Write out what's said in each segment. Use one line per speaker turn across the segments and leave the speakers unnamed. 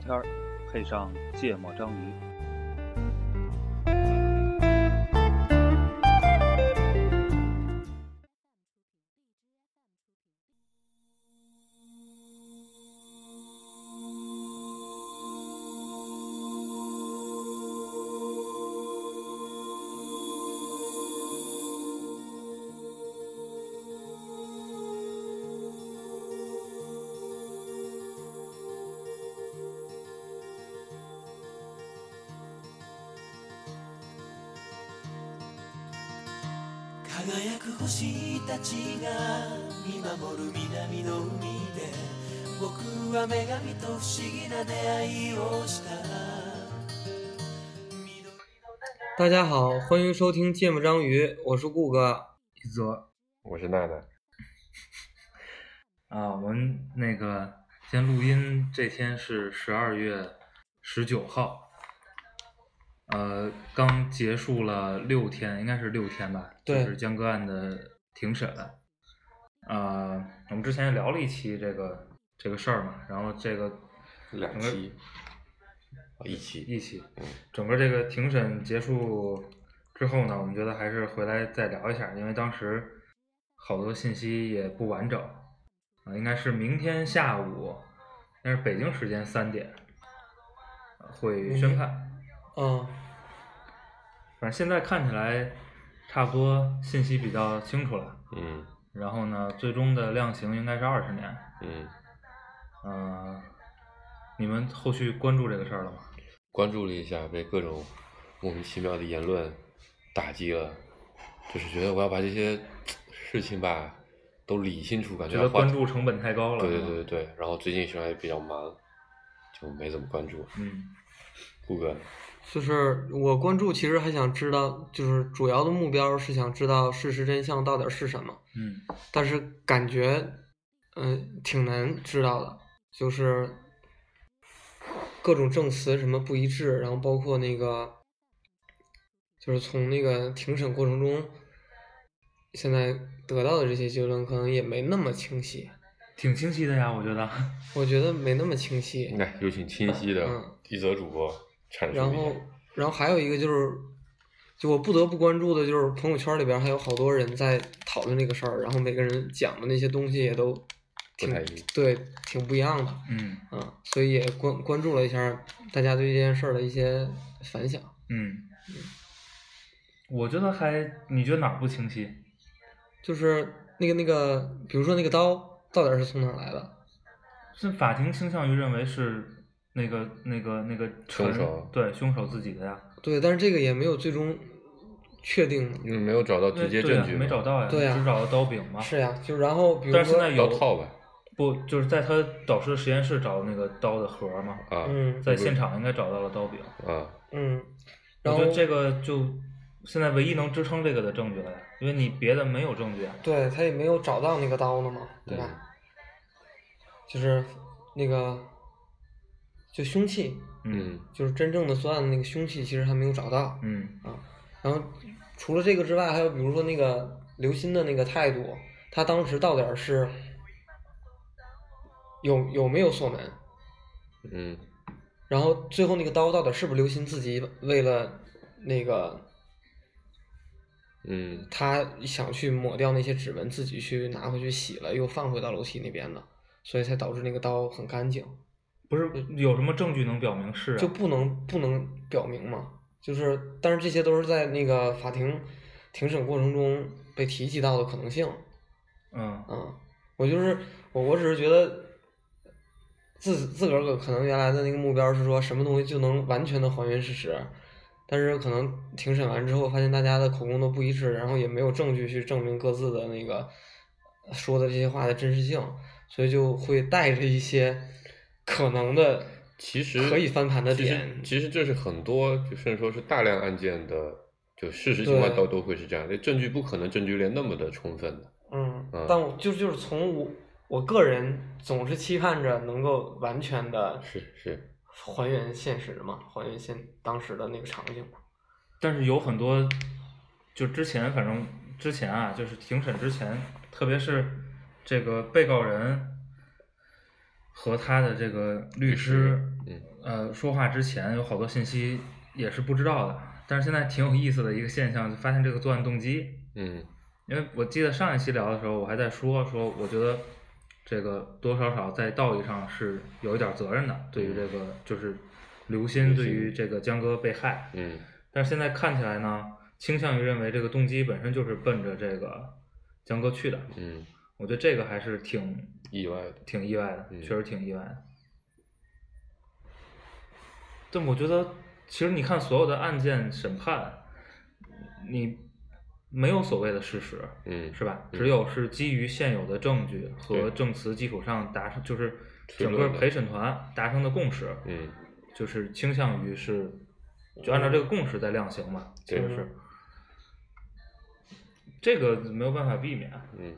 片儿，配上芥末章鱼。
輝く星たちが見守る南の海で僕は女神と不思議な出会いをした
大家好，欢迎收听《芥末章鱼》，我是顾哥。
一泽
我是奈奈，
啊，我们那个今天录音这天是十二月十九号，呃，刚结束了六天，应该是六天吧，
对
就是江歌案的庭审。呃，我们之前也聊了一期这个这个事儿嘛，然后这个
两
整个
期，啊一期，
一起
嗯。
整个这个庭审结束之后呢，我们觉得还是回来再聊一下，因为当时好多信息也不完整啊，应该是明天下午，但是北京时间三点呃会宣判。
嗯，
反正现在看起来差不多信息比较清楚了。
嗯
然后呢，最终的量刑应该是二十年。
嗯，
呃，你们后续关注这个事儿了吗？
关注了一下，被各种莫名其妙的言论打击了，就是觉得我要把这些事情吧都理清楚，感
觉
觉
得
要花
关注成本太高了。
对对
是吧
对对对，然后最近学校也比较忙，就没怎么关注。
嗯
顾哥，
就是我关注，其实还想知道，就是主要的目标是想知道事实真相到底是什么，
嗯。
但是感觉，嗯、挺难知道的，就是各种证词什么不一致，然后包括那个，就是从那个庭审过程中，现在得到的这些结论可能也没那么清晰，
挺清晰的呀，我觉得。
我觉得没那么清晰。
哎，有请清晰的
嗯
一则主播阐述一下。
然后，然后还有一个就是，就我不得不关注的就是朋友圈里边还有好多人在讨论这个事儿，然后每个人讲的那些东西也都挺
太一
对，挺不一样的，
嗯
嗯，所以也关关注了一下大家对这件事儿的一些反响。
嗯，我觉得还，你觉得哪儿不清晰？
就是那个那个，比如说那个刀到底是从哪儿来的？
是法庭倾向于认为是那个那个那个
凶
陈
手
对凶手自己的呀，
对，但是这个也没有最终确定的。
因为没有找到哦直接
对呀
证据嘛，
没找到呀，
对呀啊
只找到刀柄嘛。
是呀，就然后比如
但是现在
说，
刀
有
套吧？
不就是在他导师的实验室找那个刀的盒嘛，
啊，
嗯
在现场应该找到了刀柄。
啊，
嗯，
我
然
觉
后
得这个就现在唯一能支撑这个的证据了呀，因为你别的没有证据啊。
对他也没有找到那个刀呢嘛，对吧？
嗯
就是那个，就凶器，
嗯
就是真正的作案的那个凶器，其实还没有找到。
嗯
然后除了这个之外，还有比如说那个刘鑫的那个态度，他当时到底儿是有有没有锁门？
嗯
然后最后那个刀到底是不是刘鑫自己为了那个
嗯
他想去抹掉那些指纹，自己去拿回去洗了，又放回到楼梯那边的，所以才导致那个刀很干净。
不是有什么证据能表明是、啊？
嗯就不能不能表明嘛，就是，但是这些都是在那个法庭庭审过程中被提及到的可能性
嗯
啊。我就是我，我只是觉得自自个儿可可能原来的那个目标是说什么东西就能完全的还原事实，但是可能庭审完之后发现大家的口供都不一致，然后也没有证据去证明各自的那个说的这些话的真实性，所以就会带着一些可能的。
其实
可以翻盘的
其实
点
其实这是很多，就甚至说是大量案件的，就事实情况
对
都都会是这样，这证据不可能证据链那么的充分的。
嗯
嗯，
但我就就是从我我个人总是期盼着能够完全的
是是，
还原现实嘛，还原现当时的那个场景嘛。
但是有很多，就之前反正之前啊，就是庭审之前，特别是这个被告人和他的这个律师，
嗯
呃，说话之前有好多信息也是不知道的。但是现在挺有意思的一个现象，就发现这个作案动机。
嗯
因为我记得上一期聊的时候，我还在说说，我觉得这个多少少在道义上是有一点责任的，对于这个就是嗯刘鑫对于这个江歌被害。
嗯
但是现在看起来呢，倾向于认为这个动机本身就是奔着这个江歌去的。
嗯，
我觉得这个还是挺
意外的，
挺意外的，
嗯
确实挺意外的。但我觉得，其实你看所有的案件审判，你没有所谓的事实，
嗯
是吧？
嗯
只有是基于现有的证据和
对
证词基础上达成，就是
推
整
论
个
的
陪审团达成的共识，
嗯
就是倾向于是就按照这个共识在量刑嘛，其
对
实是。这个没有办法避免，啊
嗯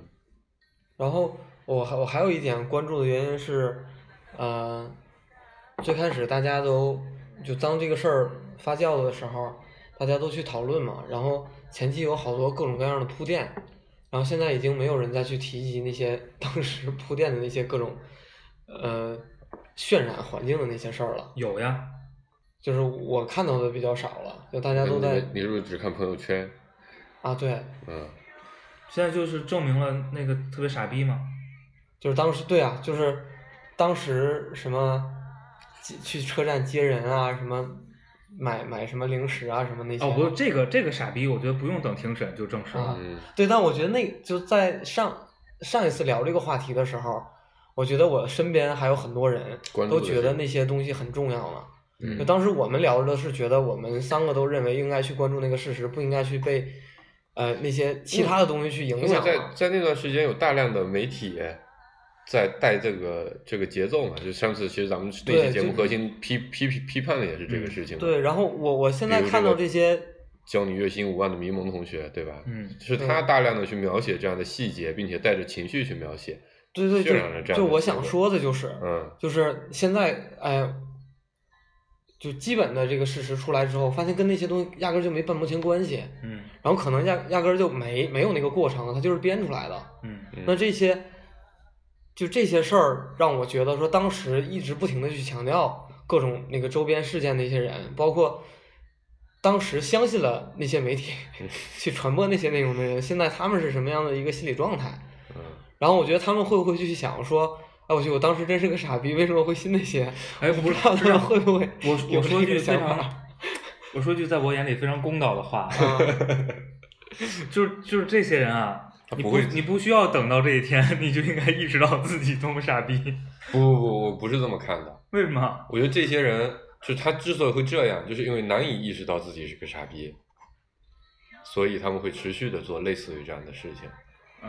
然后我还我还有一点关注的原因是，呃，最开始大家都就当这个事儿发酵的时候，大家都去讨论嘛，然后前期有好多各种各样的铺垫，然后现在已经没有人再去提及那些当时铺垫的那些各种，呃，渲染环境的那些事儿了，
有呀，
就是我看到的比较少了，就大家都
那
在
你们你是不是只看朋友圈？
啊，对，
嗯
现在就是证明了那个特别傻逼嘛，
就是当时对啊，就是当时什么接去车站接人啊，什么买买什么零食啊，什么那些。
哦，不，这个这个傻逼，我觉得不用等庭审就证实了。
啊
嗯
对，但我觉得那就在上上一次聊这个话题的时候，我觉得我身边还有很多人
关注
都
的
觉得
是
那些东西很重要嘛。
嗯
就当时我们聊的是觉得我们三个都认为应该去关注那个事实，不应该去被呃那些其他的东西去
因
影
为
响
在
嘛。
在那段时间有大量的媒体在带这个这个节奏嘛，就上次其实咱们那
对
期节目
就
核心批批批批判的也是这个
嗯
事情嘛。
对，然后我我现在
比如
看到
这
这
个
些，
教你月薪五万的迷蒙同学，对吧？
嗯
是他大量的去描写这样的细节，并且带着情绪去描写。
对对
渲染了
对，
这样
就
的
我
结
想
果
说的就是，
嗯
就是现在，哎，就基本的这个事实出来之后，发现跟那些东西压根儿就没半毛钱关系，
嗯
然后可能压压根儿就没没有那个过程了，它就是编出来的。
嗯
嗯
那这些，就这些事儿，让我觉得说，当时一直不停的去强调各种那个周边事件的一些人，包括当时相信了那些媒体
嗯
去传播那些内容的人，现在他们是什么样的一个心理状态？
嗯，
然后我觉得他们会不会去想说，哎，我去，我当时真是个傻逼，为什么会信那些？
哎，
我不
不
知道他
是
们会不会
我
有
我说
这
句
个
非
想
常
法。，
我说句在我眼里非常公道的话，啊，
啊，
就是就是这些人啊，
他
你
不
不
会
你不需要等到这一天， 你就应该意识到自己多么傻逼。
不不不，我不是这么看的。
为什么？啊
我觉得这些人，就是他之所以会这样，就是因为难以意识到自己是个傻逼，所以他们会持续的做类似于这样的事情。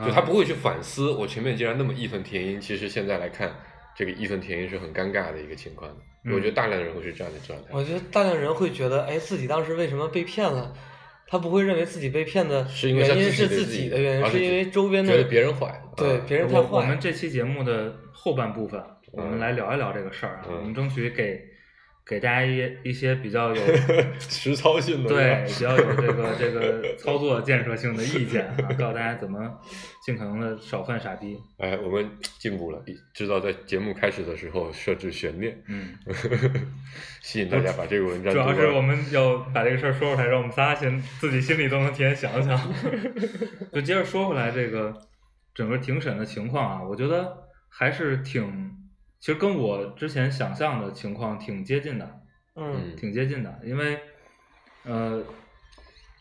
就他不会去反思，我前面既然那么义愤填膺，其实现在来看，这个义愤填膺是很尴尬的一个情况的。
嗯
我觉得大量人会是这样的状态，
我觉得大量人会觉得，哎，自己当时为什么被骗了？他不会认为自己被骗的
是因为他
原因
自己
是
对
自
自
己
己
的原因，
而
是因
觉
为周边的
觉得别人坏，
对
嗯
别人太
我我
坏
们。这期节目的后半部分，我们来聊一聊这个事儿啊，
嗯
我们争取给给大家一一些比较有
实操性的
对，比较有这个这个操作建设性的意见啊，告诉大家怎么尽可能的少犯傻逼。
哎，我们进步了，知道在节目开始的时候设置悬念，
嗯，
吸引大家把这个文
呃
章
主要
读
是
完
我们要把这个事儿说出来，让我们仨先自己心里都能提前想想。就接着说回来，这个整个庭审的情况啊，我觉得还是挺，其实跟我之前想象的情况挺接近的，
嗯
嗯
挺接近的，因为呃，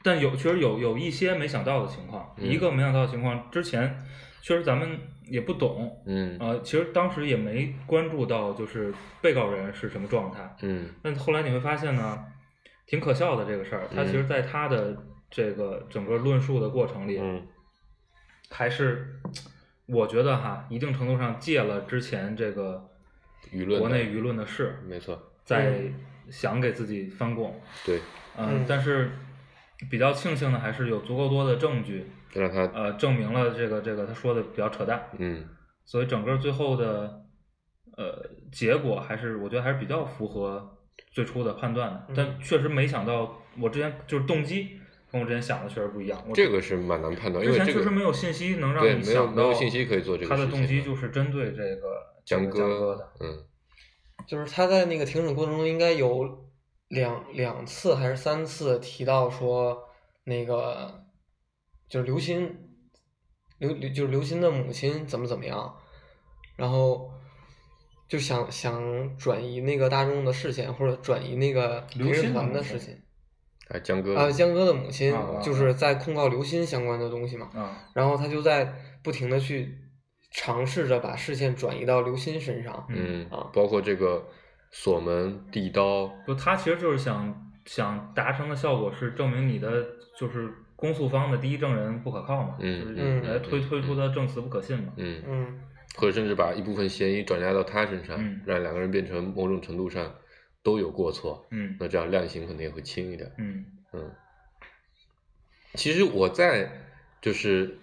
但有确实有有一些没想到的情况，
嗯
一个没想到的情况，之前确实咱们也不懂，
嗯
呃，其实当时也没关注到就是被告人是什么状态，
嗯
但后来你会发现呢，挺可笑的这个事儿，他
嗯
其实在他的这个整个论述的过程里，
嗯
还是我觉得哈，一定程度上借了之前这个
舆论的
国内舆论的事，
嗯没错，
在想给自己翻供。
对，
嗯
嗯，
但是比较庆幸的还是有足够多的证据，
让他
呃，证明了这个这个他说的比较扯淡，
嗯
所以整个最后的呃结果还是我觉得还是比较符合最初的判断的，
嗯
但确实没想到我之前就是动机跟我之前想的确实不一样，我
这个是蛮难判断，因
之
为
前
这
确
个
实没有信息能让
对
你
没有
想
没
到
有信息可以做这个
他的
事
动
情
机
的
就是针对这个
江
歌
歌
的，
嗯，
就是他在那个庭审过程中，应该有两两次还是三次提到说，那个就是刘鑫，刘刘就是刘鑫的母亲怎么怎么样，然后就想想转移那个大众的视线，或者转移那个
刘
陪
鑫
审
的
团
母
的
亲
视线。
啊，江歌，
嗯
啊，江歌的母亲
啊啊
就是在控告刘鑫相关的东西嘛，
啊，
然后他就在不停的去尝试着把视线转移到刘鑫身上。
嗯
啊，
包括这个锁门、地刀，
就他其实就是想想达成的效果是证明你的就是公诉方的第一证人不可靠嘛，
嗯
就是
嗯
来推推出的证词不可信嘛，
嗯，
嗯，
或者甚至把一部分嫌疑转嫁到他身上，
嗯
让两个人变成某种程度上都有过错，
嗯
那这样量刑可能也会轻一点。
嗯
嗯，其实我在就是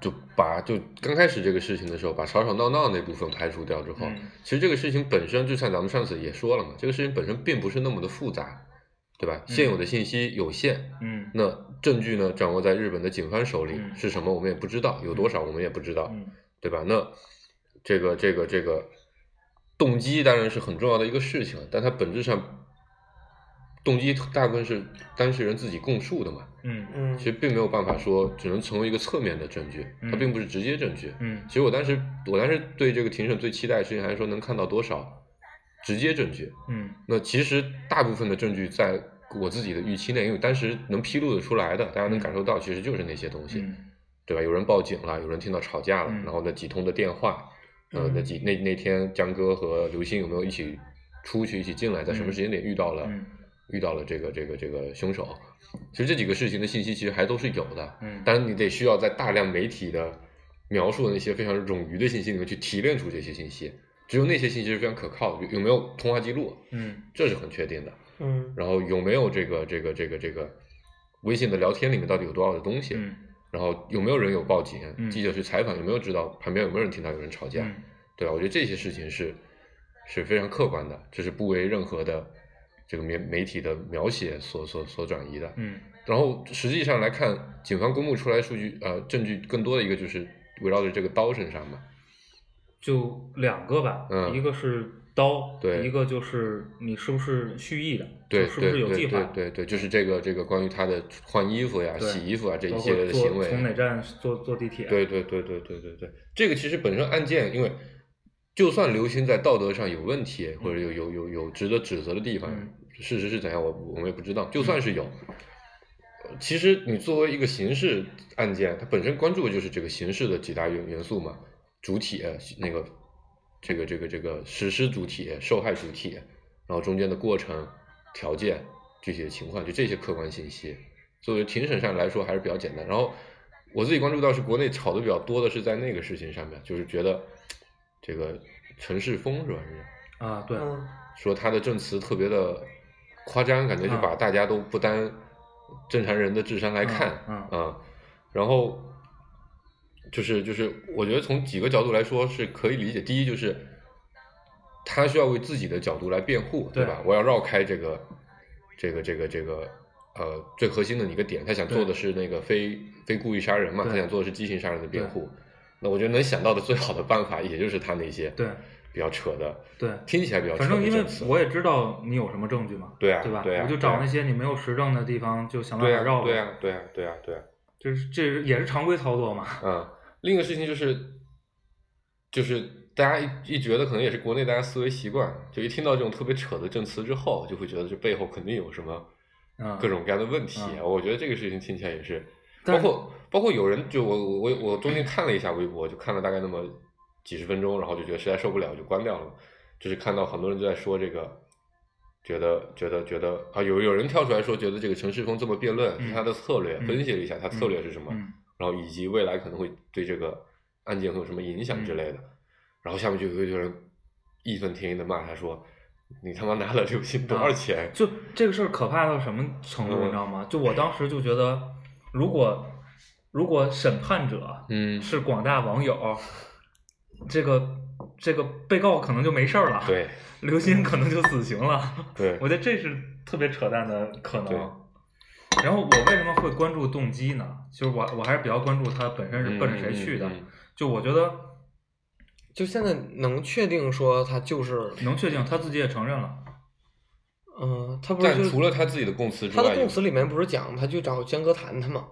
就把就刚开始这个事情的时候，把吵吵闹闹那部分排除掉之后，
嗯
其实这个事情本身，就像咱们上次也说了嘛，这个事情本身并不是那么的复杂，对吧？现有的信息有限，
嗯
那证据呢掌握在日本的警方手里，
嗯
是什么我们也不知道，有多少我们也不知道，
嗯
对吧？那这个这个这个动机当然是很重要的一个事情，但它本质上动机大部分是当事人自己供述的嘛，
嗯
嗯，
其实并没有办法说只能成为一个侧面的证据，它
嗯
并不是直接证据。
嗯
其实我当时我当时对这个庭审最期待的事情还是说能看到多少直接证据。
嗯
那其实大部分的证据在我自己的预期内，因为当时能披露的出来的，大家能感受到，其实就是那些东西。
嗯
对吧？有人报警了，有人听到吵架了，
嗯
然后那几通的电话，呃
嗯，
那几那那天江哥和刘星有没有一起出去，一起进来，在什么时间点遇到了、
嗯
遇到了这个这个这个凶手？其实这几个事情的信息其实还都是有的，
嗯，
但是你得需要在大量媒体的描述的那些非常冗余的信息里面去提炼出这些信息，只有那些信息是非常可靠的，有有没有通话记录，
嗯
这是很确定的。
嗯
然后有没有这个这个这个这个微信的聊天里面到底有多少的东西？
嗯
然后有没有人有报警？
嗯
记者去采访有没有知道旁边有没有人听到有人吵架？
嗯
对吧？我觉得这些事情是是非常客观的，这是不为任何的这个媒媒体的描写所所所转移的。
嗯
然后实际上来看，警方公布出来的数据呃证据更多的一个就是围绕着这个刀身上嘛，
就两个吧，
嗯
一个是刀，
对
一个就是你是不是蓄意的，
对
就是不
对
是有
对
计
对
划，
对对，就是这个这个关于他的换衣服呀、
对
洗衣服啊这一
包
系列
括
的行
坐
为，啊
从哪站坐坐地铁，
对对对对对对对，这个其实本身案件，因为就算刘星在道德上有问题，或者有有有有值得指责的地方，
嗯
事实是怎样，我我们也不知道。就算是有，呃其实你作为一个刑事案件，它本身关注的就是这个刑事的几大元元素嘛，主体呃那个这个这个这个实施主体、受害主体，然后中间的过程、条件、具体的情况，就这些客观信息。作为庭审上来说还是比较简单。然后我自己关注到是国内吵的比较多的是在那个事情上面，就是觉得这个陈世峰是吧？是
啊，对，
嗯
说他的证词特别的夸张，感觉
嗯
就把大家都不当正常人的智商来看
嗯
啊、然后就是就是我觉得从几个角度来说是可以理解，第一就是他需要为自己的角度来辩护，对
对
吧？我要绕开这个这个这个这个呃最核心的一个点，他想做的
对
是那个非非故意杀人嘛，
对
他想做的是激情杀人的辩
对
护。那我觉得能想到的最好的办法，也就是他那些
对
比较扯的，
对
听起来比较扯
反
的
正因为
证词
我也知道你有什么证据嘛，
对啊，
对吧？
对啊，
我就找那
对啊
些你没有实证的地方，就想办
对
法
啊，
绕呗，
对啊，对啊，对啊，对啊，
就是这是也是常规操作嘛，
嗯，另一个事情就是，就是大家一一觉得可能也是国内大家思维习惯，就一听到这种特别扯的证词之后，就会觉得这背后肯定有什么
嗯，
各种各样的问题。啊
嗯
我觉得这个事情听起来也是，
但
包
是
括包括有人就我我我我中间看了一下微博，就看了大概那么几十分钟，然后就觉得实在受不了，就关掉了。就是看到很多人就在说这个，觉得觉得觉得啊，有有人跳出来说，觉得这个陈世峰这么辩论、
嗯
是他的策略，
嗯
分析了一下他策略是什么，
嗯
然后以及未来可能会对这个案件会有什么影响
嗯
之类的。然后下面就有一堆人义愤填膺的骂他说：“你他妈拿了刘鑫
啊
多少钱？”
就这个事儿可怕到什么程度，
嗯
你知道吗？就我当时就觉得，如果如果审判者
嗯，
是广大网友，这个这个被告可能就没事儿了，，
对
刘鑫可能就死刑了。
对，
我觉得这是特别扯淡的可
对
能。然后我为什么会关注动机
嗯
呢？就是我我还是比较关注他本身是奔着谁去的。
嗯嗯嗯嗯
就我觉得
就现在能确定说他就是，
能确定他自己也承认了。
嗯、他不是
但
就是
除了他自己的供词之
他
外，
的供词里面不是讲他去找江歌谈谈吗？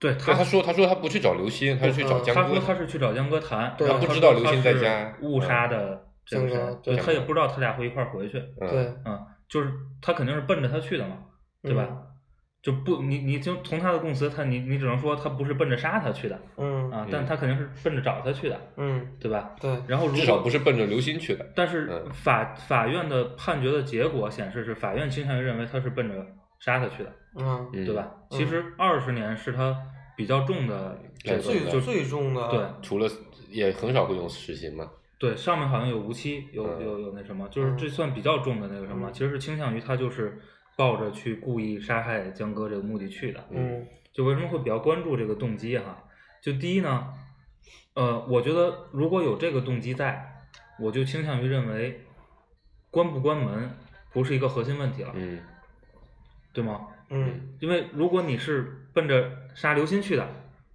对
对他说他说他不去找刘鑫，他是去找
嗯
江
呃他
歌
说他是去找江歌谈，
对
然后他
不知道
说
刘鑫
他
在
是
家嗯
误杀的这个
江歌
谁，对
对
他也不知道他俩会一块儿回去，
嗯
对，
嗯，就是他肯定是奔着他去的嘛，对吧？
嗯
就不你你就从他的供词，他你你只能说他不是奔着杀他去的
嗯？嗯
啊，但他肯定是奔着找他去的，
嗯，
对吧？
对，
然后如
至
果
少不是奔着刘鑫去的。
但是
嗯
法法院的判决的结果显示是法院倾向于认为他是奔着杀他去的，
嗯，
嗯
对吧？
嗯
其实二十年是他比较重的
嗯
这个，
对
最
就
最重的
对
嗯除了也很少会用实刑嘛，
对，上面好像有无期，有
嗯
有有那什么，就是
嗯
这算比较重的那个什么，
嗯
其实是倾向于他就是抱着去故意杀害江歌这个目的去的。
嗯
就为什么会比较关注这个动机哈？就第一呢，呃，我觉得如果有这个动机在，我就倾向于认为关不关门不是一个核心问题了，
嗯
对吗？
嗯
因为如果你是奔着杀刘鑫去的，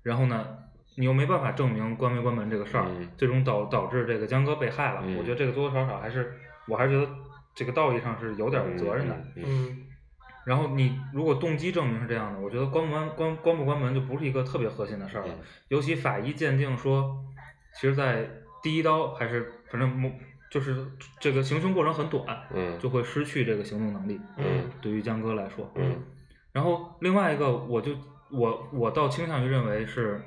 然后呢，你又没办法证明关没关门这个事儿，
嗯
最终导导致这个江哥被害了。
嗯
我觉得这个多多少少还是，我还是觉得这个道义上是有点责任的。
嗯嗯
嗯
然后你如果动机证明是这样的，我觉得关不关关关不关门就不是一个特别核心的事儿了。
嗯
尤其法医鉴定说，其实，在第一刀还是反正某就是这个行凶过程很短，
嗯，
就会失去这个行动能力。
嗯
对于江哥来说，
嗯
然后另外一个，我就我我倒倾向于认为是，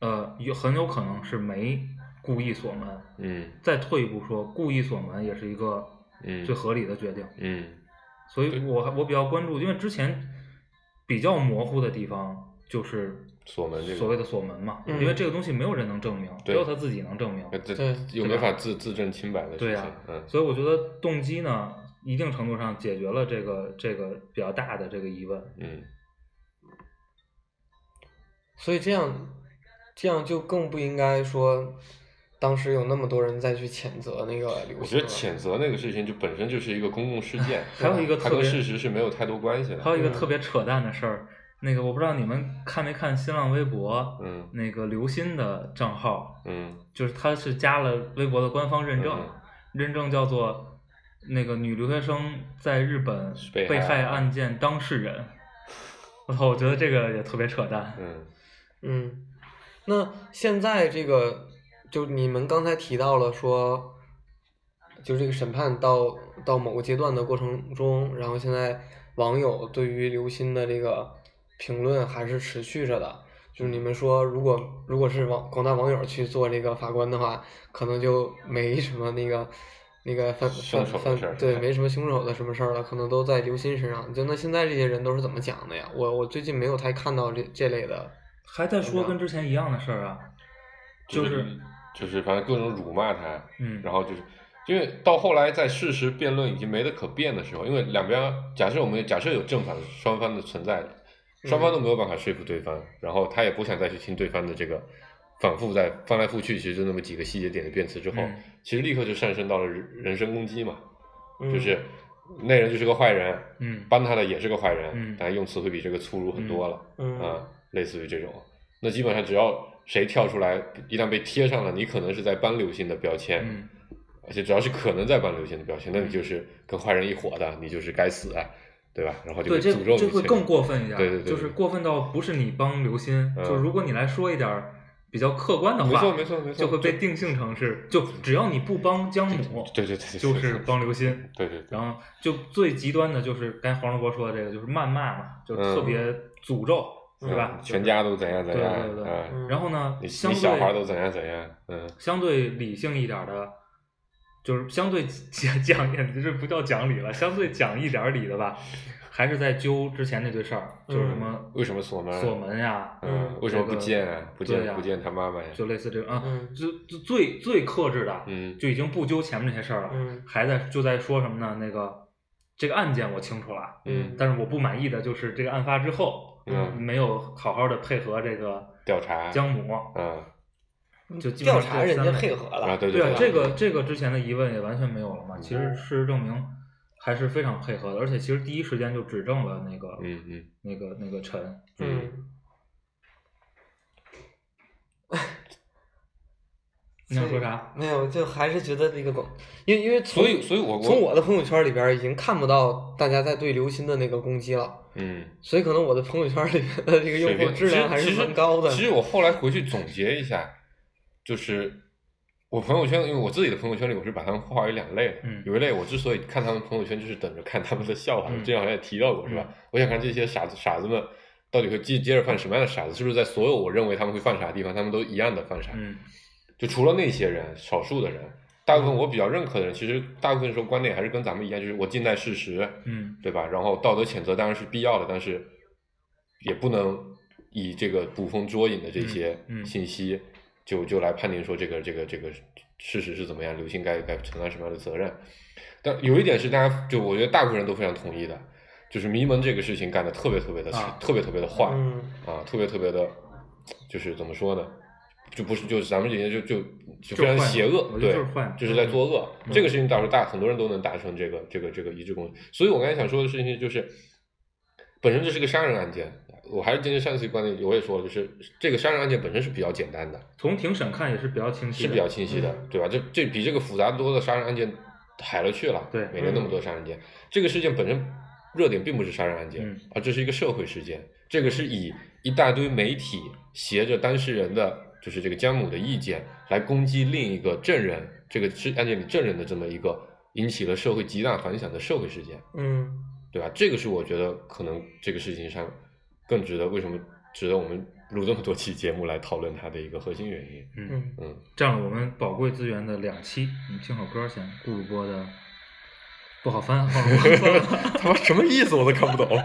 呃，有很有可能是没故意锁门。
嗯
再退一步说，故意锁门也是一个
嗯
最合理的决定。
嗯
所以我还我比较关注，因为之前比较模糊的地方就是
锁门这个
所谓的锁门嘛，
嗯
因为这个东西没有人能证明，只
对
有他自己能证明。
呃这
对
又没法自自证清白的
对啊
事
呀
情，嗯
所以我觉得动机呢，一定程度上解决了这个这个比较大的这个疑问。
嗯
所以这样，这样就更不应该说，当时有那么多人再去谴责那个刘
我
星
觉
了。
得谴责那个事情就本身就是一个公共事件，
还有一个
它
特
跟
别
事实是没有太多关系
还有
的。
一个特别扯淡的事儿，那个我不知道你们看没看新浪微博，
嗯
那个刘鑫的账号，
嗯
就是他是加了微博的官方认证，
嗯
认证叫做那个女留学生在日本
被害
被害案件当事人。我操，我觉得这个也特别扯淡。
嗯
嗯，那现在这个，就你们刚才提到了说，就这个审判到到某个阶段的过程中，然后现在网友对于刘鑫的这个评论还是持续着的。就是你们说，如果如果是网广大网友去做这个法官的话，可能就没什么那个那个犯
凶
犯
手的事儿
犯对，没什么凶手的什么事儿了，可能都在刘鑫身上。就那现在这些人都是怎么讲的呀？我我最近没有太看到这这类的
还在说跟之前一样的事儿啊，就是
就是反正各种辱骂他，
嗯，
然后就是因为到后来在事实辩论已经没得可辩的时候，因为两边假设我们假设有正反双方的存在，
嗯
双方都没有办法说服对方，然后他也不想再去听对方的这个反复在翻来覆去，其实就那么几个细节点的辩词之后，
嗯
其实立刻就上升到了人人身攻击嘛，
嗯
就是那人就是个坏人，
嗯
帮他的也是个坏人，
嗯
但用词会比这个粗鲁很多了。
嗯
啊，类似于这种。那基本上只要谁跳出来，一旦被贴上了你可能是在帮刘星的标签，
嗯
而且只要是可能在帮刘星的标签，那你就是跟坏人一伙的，你就是该死，啊对吧？然后就
对，
被
这
诅咒你
这会
去
更过分一点，
对对对
就是过分到不是你帮刘鑫，
嗯
就如果你来说一点儿比较客观的话，
没错没错没错
就会被
就
定性成是，就只要你不帮江母，
对对对对，
就是帮刘鑫。
对对对，
然后就最极端的就是刚才黄世博说的这个，就是谩骂嘛，就特别诅咒，
嗯
对吧
嗯？全家都怎样怎样，
对对对
啊
嗯
然后呢，
你
相
你
对
小孩都怎样怎样，嗯，
相对理性一点儿的，就是相对讲讲， 这不叫讲理了，相对讲一点儿理的吧，还是在揪之前那堆事儿，就是
嗯
什么
为什么锁门？啊
锁门呀，
嗯，为什么不见啊？不
对
见
呀
不见他妈妈呀？
就类似这种啊，
嗯
就就最最克制的，
嗯
就已经不揪前面这些事儿了，
嗯
还在就在说什么呢？那个这个案件我清楚了，
嗯
但是我不满意的就是这个案发之后，
嗯啊
没有好好的配合这个
调查
江母，
嗯
就基本
调
上
查
这
人
三
家
类
配合了，
啊，对
对啊
对，，嗯
这个这个之前的疑问也完全没有了嘛。其实事实证明还是非常配合的，而且其实第一时间就指证了那个、
嗯嗯。
那个那个陈。嗯
嗯，
你想说啥？
没有，就还是觉得那个广，因为因为从
所以，所以我
从我的朋友圈里边已经看不到大家在对刘鑫的那个攻击了，
嗯，
所以可能我的朋友圈里边的这个用
水
户
平
质量还
其
是
实
很高的
其。实。其实我后来回去总结一下，就是我朋友圈，因为我自己的朋友圈里，我是把他们划为两类的。
嗯
有一类我之所以看他们朋友圈，就是等着看他们的笑话。
嗯
之前好像也提到过，是吧？
嗯
我想看这些傻子傻子们到底会接接着犯什么样的傻子，是不是在所有我认为他们会犯傻的地方，他们都一样的犯傻？
嗯
就除了那些人，少数的人。大部分我比较认可的人，其实大部分时候观点还是跟咱们一样，就是我静待事实，
嗯
对吧？然后道德谴责当然是必要的，但是也不能以这个捕风捉影的这些
嗯嗯
信息，就就来判定说这个这个这个事实是怎么样，刘星该该承担什么样的责任。但有一点是大家就我觉得大部分人都非常同意的，就是迷蒙这个事情干的特别特别的、
啊
特别特别的坏、
嗯，
啊，特别特别的，就是怎么说呢？就不是，就是咱们这些就就
就
就非
是
常
坏
邪恶，
我觉
对
得就是坏，
就是在作恶。
嗯
这个事情倒是大很多人都能达成这个这个这个一致共识。所以我刚才想说的事情就是，本身这是个杀人案件，我还是坚持上次观点，我也说了，就是这个杀人案件本身是比较简单的，
嗯从庭审看也是比较清晰
是
的，嗯
比较清晰的，对吧？这这比这个复杂多的杀人案件海了去了，
对
每年那么多杀人案件，这个事件本身热点并不是杀人案件，
嗯
而这是一个社会事件，这个是以一大堆媒体携着当事人的，就是这个江母的意见来攻击另一个证人，这个是案件里证人的这么一个引起了社会极大反响的社会事件，
嗯，
对吧？这个是我觉得可能这个事情上更值得为什么值得我们录这么多期节目来讨论它的一个核心原因，
嗯，
嗯，
嗯。
占了我们宝贵资源的两期。我们听首歌先，顾主播的不好翻，好了我 算了。
他妈什么意思我都看不懂。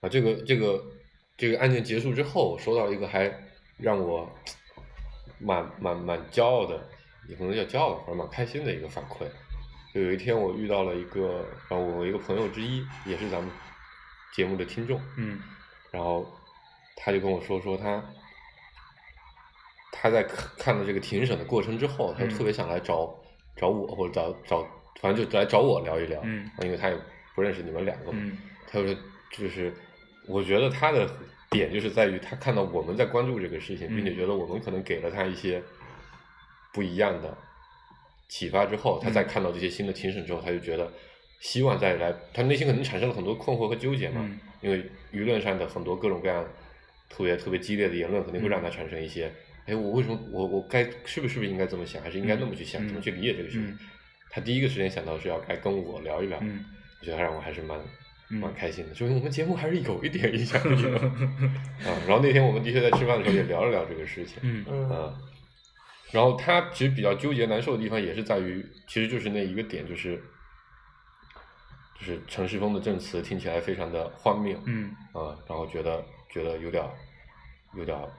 啊，这个这个这个案件结束之后，我收到一个还让我蛮蛮蛮骄傲的，也不能叫骄傲，反正蛮开心的一个反馈。就有一天我遇到了一个，啊，我一个朋友之一，也是咱们节目的听众，
嗯
然后他就跟我说说他他在看看了这个庭审的过程之后，他就特别想来找、
嗯
找我或者找找，反正就来找我聊一聊，
嗯
因为他也不认识你们两个嘛，
嗯
他就是就是，我觉得他的点就是在于他看到我们在关注这个事情，并且
嗯
觉得我们可能给了他一些不一样的启发之后，他再
嗯
看到这些新的庭审之后，他就觉得希望再来，他内心可能产生了很多困惑和纠结嘛，
嗯
因为舆论上的很多各种各样特别特别激烈的言论，肯定会
嗯
让他产生一些，哎，我为什么我我该是不是是不是应该这么想，还是应该那么去想，
嗯
怎么去理解这个事情
嗯？
他第一个时间想到是要该跟我聊一聊，
嗯
我觉得让我还是蛮
嗯
蛮开心的，说明我们节目还是有一点影响力的啊。然后那天我们的确在吃饭的时候也聊了聊这个事情，
嗯
嗯，
啊，然后他其实比较纠结难受的地方也是在于，其实就是那一个点，就是就就是陈世峰的证词听起来非常的荒谬，
嗯
啊，然后觉得觉得有点儿有点儿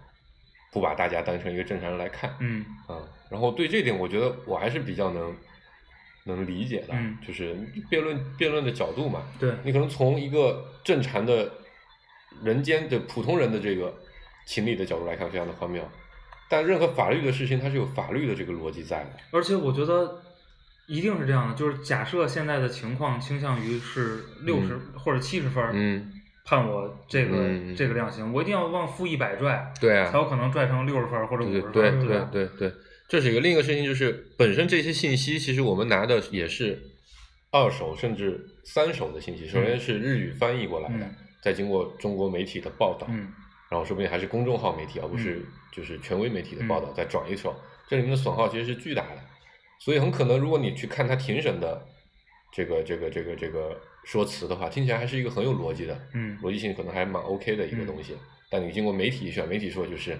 不把大家当成一个正常人来看，
嗯
啊，然后对这点，我觉得我还是比较能能理解的，
嗯
就是辩论辩论的角度嘛，
对，
你可能从一个正常的人间的普通人的这个情理的角度来看，非常的荒谬，但任何法律的事情，它是有法律的这个逻辑在的，
而且我觉得一定是这样的，就是假设现在的情况倾向于是六十或者七十分，
嗯，
判我这个、
嗯
这个量刑，我一定要往负一百拽，
对
才有可能拽成六十分或者五
对
十分，
对
对啊
对
吧
对对，这是一个。另一个事情就是，本身这些信息其实我们拿的也是二手甚至三手的信息，首先是日语翻译过来的，
嗯
再经过中国媒体的报道，
嗯
然后说不定还是公众号媒体，而不是就是权威媒体的报
嗯
道，再转一手，这里面的损耗其实是巨大的。所以很可能，如果你去看他庭审的这个这个这个这个说辞的话，听起来还是一个很有逻辑的，
嗯
逻辑性可能还蛮 OK 的一个
嗯
东西。但你经过媒体选媒体说就是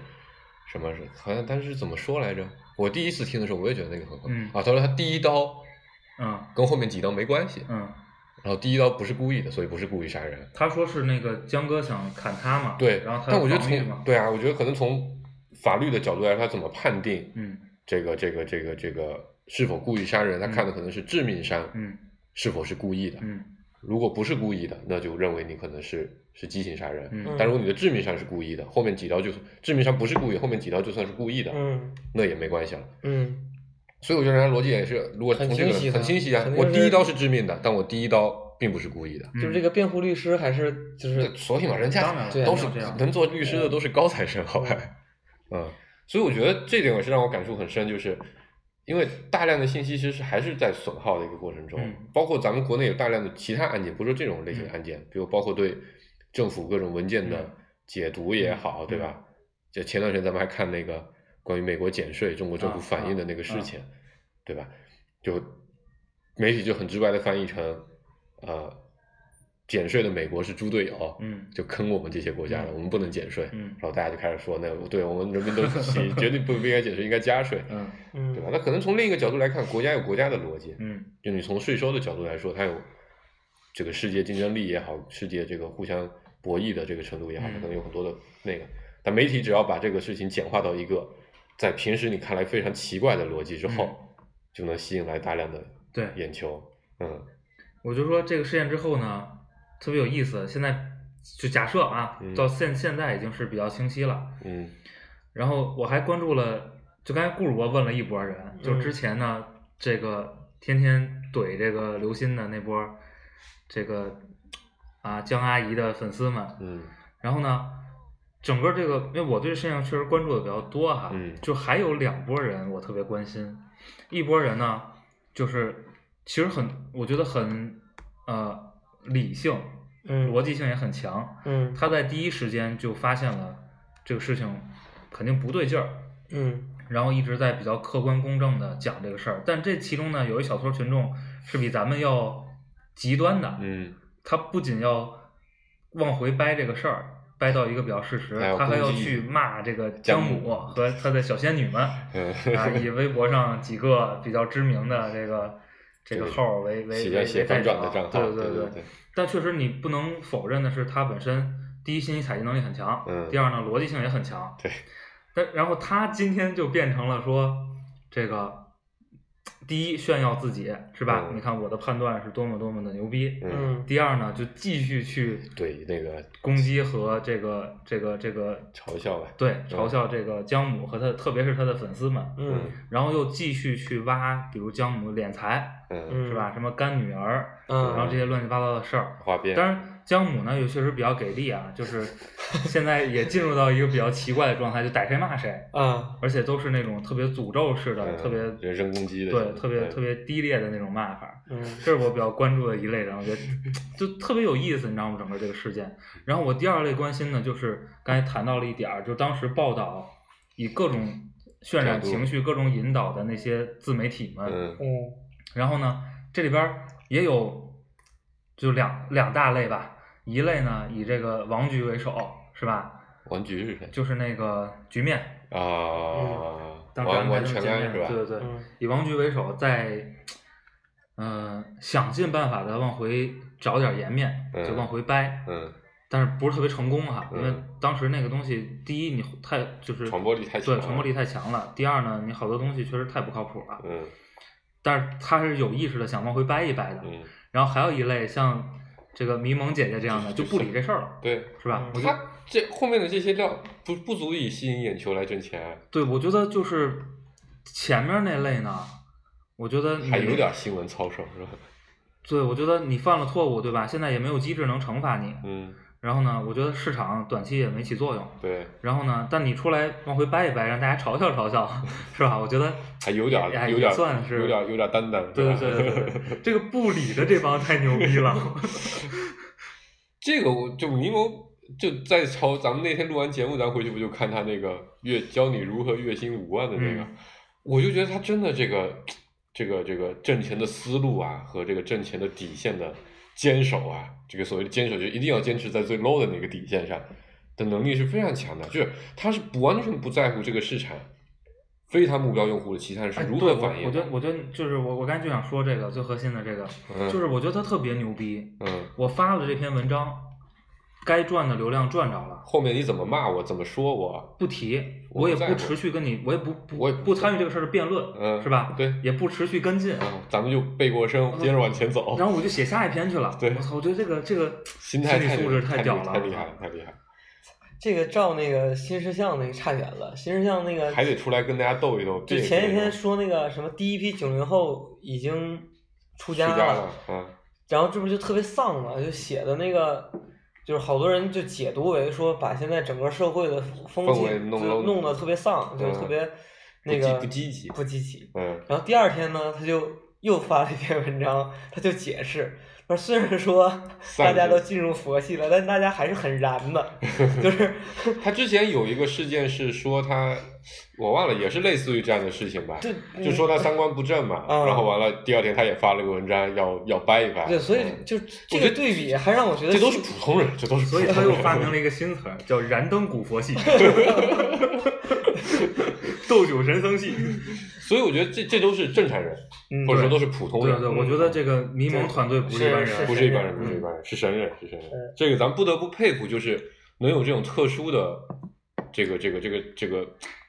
什么是好像当时怎么说来着？我第一次听的时候我也觉得那个很好、
嗯
啊。他说他第一刀
嗯
跟后面几刀没关系，
嗯，
然后第一刀不是故意的，所以不是故意杀人。
他说是那个江哥想砍他嘛，
对，
啊然后他
但我觉得
防御嘛
从，对啊，我觉得可能从法律的角度来说，他怎么判定
嗯
这个这个这个这个是否故意杀人？他看的可能是致命伤，
嗯
是否是故意的。
嗯
如果不是故意的，那就认为你可能是是激情杀人。
嗯
但如果你的致命伤是故意的，后面几刀就致命伤不是故意，后面几刀就算是故意的，
嗯
那也没关系了。
嗯
所以我觉得人家逻辑也是，如果从
很
这个
清晰的
很清晰啊
肯，定
我
是
第一刀是致命的，但我第一刀并不是故意的。
嗯
就是这个辩护律师还是就是
对，所以嘛，人
当然
家
了
都是
当然这样
能做律师的都是高材生，好吧？嗯，所以我觉得这点也是让我感触很深，就是因为大量的信息其实还是在损耗的一个过程中，
嗯
包括咱们国内有大量的其他案件，不是说这种类型的案件，比如包括对政府各种文件的
嗯
解读也好，对吧？就前段时间咱们还看那个关于美国减税，中国政府
啊
反映的
啊
那个事
啊
情，对吧？就媒体就很直白的翻译成，呃，减税的美国是猪队友，
嗯
就坑我们这些国家了，
嗯
我们不能减税。
嗯
然后大家就开始说，那对我们人民都一 起，绝对不不应该减税，应该加税，
嗯
嗯
对吧？那可能从另一个角度来看，国家有国家的逻辑，
嗯
就你从税收的角度来说，它有这个世界竞争力也好，世界这个互相博弈的这个程度也好，
嗯
它可能有很多的那个。但媒体只要把这个事情简化到一个在平时你看来非常奇怪的逻辑之后，
嗯
就能吸引来大量的
对，
眼球。嗯
我就说这个事件之后呢，特别有意思。现在就假设啊，
嗯
到现现在已经是比较清晰了。
嗯
然后我还关注了，就刚才顾主播问了一波人，就之前呢，这个天天怼这个刘鑫的那波，这个啊江阿姨的粉丝们，
嗯
然后呢，整个这个，因为我对这事情确实关注的比较多哈，
嗯
就还有两拨人我特别关心，一拨人呢，就是其实很，我觉得很呃理性，
嗯
逻辑性也很强，
嗯
他在第一时间就发现了这个事情肯定不对劲儿，
嗯
然后一直在比较客观公正的讲这个事儿，但这其中呢，有一小撮群众是比咱们要极端的，
嗯，
他不仅要往回掰这个事儿，掰到一个比较事实
还，要
他还要
攻击
去骂这个姜
姜
母和他的小仙女 们啊，
嗯
以微博上几个比较知名的这个这个
对
号为为
写
为
要
为
写
代
反转
表
的账，号，
对
对
对。
对，
但确实你不能否认的是，他本身第一信息采集能力很强，
嗯
第二呢逻辑性也很强，
对。
但然后他今天就变成了说这个。第一，炫耀自己是吧？
嗯
你看我的判断是多么多么的牛逼。
嗯
嗯
第二呢，就继续去
对那个
攻击和这个这个这个
嘲笑吧，
对嘲笑这个姜母和他，特别是他的粉丝们，
嗯
然后又继续去挖，比如姜母敛财
嗯，
嗯
是吧？什么干女儿，然后
嗯
这些乱七八糟的事儿。
花边，
当然，姜母呢也确实比较给力啊，就是 现在也进入到一个比较奇怪的状态，就逮谁骂谁，
啊
而且都是那种特别诅咒式的，
嗯
特别
人身攻击的
对，特别
嗯
特别低劣的那种骂法。
嗯
这是我比较关注的一类人，我觉得就特别有意思，你知道吗？整个这个事件。然后我第二类关心的就是刚才谈到了一点儿，就当时报道以各种渲染
角度
情绪、各种引导的那些自媒体们，
嗯
嗯
然后呢，这里边儿也有就两两大类吧，一类呢以这个王局为首，是吧？
王菊是谁
就是那个局面，
啊？
嗯当时
王
安排他们
王全
见面
安是吧？
对对对，
嗯
以王局为首，在嗯、呃想尽办法的往回找点颜面
嗯
就往回掰，
嗯，
但是不是特别成功哈，
嗯
因为当时那个东西，第一你太就是
传播力太强
对，传播力太强了。第二呢，你好多东西确实太不靠谱了，
嗯
但是他是有意识的想往回掰一掰的。
嗯，
然后还有一类像这个迷蒙姐姐这样的，就
就
是不理这事儿了，
对，
是吧
嗯？
我就
他这后面的这些料不不足以吸引眼球来挣钱，
对我觉得就是前面那类呢，我觉得你
还有点新闻操守是吧？
对，我觉得你犯了错误，对吧？现在也没有机制能惩罚你。
嗯，
然后呢，我觉得市场短期也没起作用。
对，
然后呢，但你出来往回掰一掰，让大家嘲笑嘲笑， 是吧？我觉得
还有点
哎
有点
也算是
有点有点担当，
对
吧
对对对 对，这个不理的这帮太牛逼了。
这个我就迷蒙就在朝咱们那天录完节目，咱回去不就看他那个月教你如何月薪五万的那个，
嗯
我就觉得他真的这个这个这个挣钱的思路啊和这个挣钱的底线的坚守啊，这个所谓的坚守就一定要坚持在最 low 的那个底线上的能力是非常强的，就是他是不完全不在乎这个市场。非他目标用户的其他人是
哎
如
对
何反
我？我
应
觉
的
得，？我觉得就是我，我刚才就想说这个最核心的这个，
嗯
就是我觉得他特别牛逼。
嗯，
我发了这篇文章，该赚的流量赚着了，
后面你怎么骂我，怎么说我，
不提，
我
我也
不在乎
不持续跟你，我也不不
我也不
不参与这个事儿的辩论，
嗯，
是吧？
对，
也不持续跟进。啊
嗯，咱们就背过身，接着往前走。
然后我就写下一篇去了。
哦对
我操，我觉得这个这个
心态
理
太
素质
太
屌
厉
了，啊
太厉害了，太厉害了，
这个照那个新事项那个差远了，新事项那个
还得出来跟大家斗一斗。
就
这个
前几
可以
天
吗
说那个什么第一批九零后已经出
出
家
家了，嗯
然后这不就特别丧嘛，就写的那个，就是好多人就解读为说把现在整个社会的风气
氛围弄
就弄得特别丧，
嗯
就是特别
不积
那个
不积极
不积极。
嗯
然后第二天呢，他就又发了一篇文章，他就解释，他说虽然说
散
大家都
去
进入佛系了，但大家还是很燃的， 就是
他之前有一个事件是说他，我忘了，也是类似于这样的事情吧，
对，
就说他三观不正嘛，
嗯
然后完了第二天他也发了个文章要要掰一掰，
对，所以
嗯
就这
我觉
个
得
对比，还让我觉得
这都是普通人，这都是普
所
通
以
人，
他又发明了一个新 词儿，叫“燃灯古佛系”， 斗酒神僧 系。
所以我觉得这这都是正常人，
嗯
或者说
对
都是普通
对
人，
对，我觉得这个迷蒙团队不是一般
是
人，啊
不嗯是一般
神
人，
人
不是一般人，是神人，是神人
嗯。
这个咱不得不佩服，就是能有这种特殊的这个这个这个这个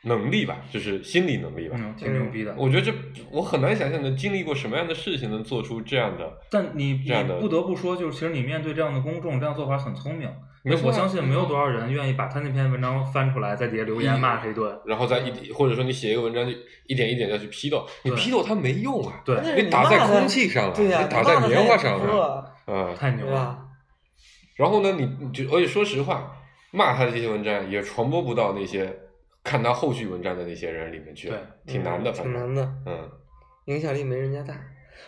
能力吧，就是心理能力吧。
嗯，挺牛逼的。
我觉得这我很难想象能经历过什么样的事情能做出这样的。
但你你
这样的
不得不说，就是其实你面对这样的公众，这样做法很聪明。
没错啊
我相信没有多少人愿意把他那篇文章翻出来，在底下留
嗯
言骂他一顿。
然后再一或者说你写一个文章，就一点一点再去批斗，你
对
批斗它没用啊，
对，
那是
你打
骂
在
他
空气上了，
对呀、
你打在棉花上了，
了，
嗯。
太牛
对
了。
吧？
然后呢，你你就而且说实话，骂他的这些文章也传播不到那些看他后续文章的那些人里面去，
对
挺难的，
嗯
反
挺
正
难的。
嗯
影响力没人家大。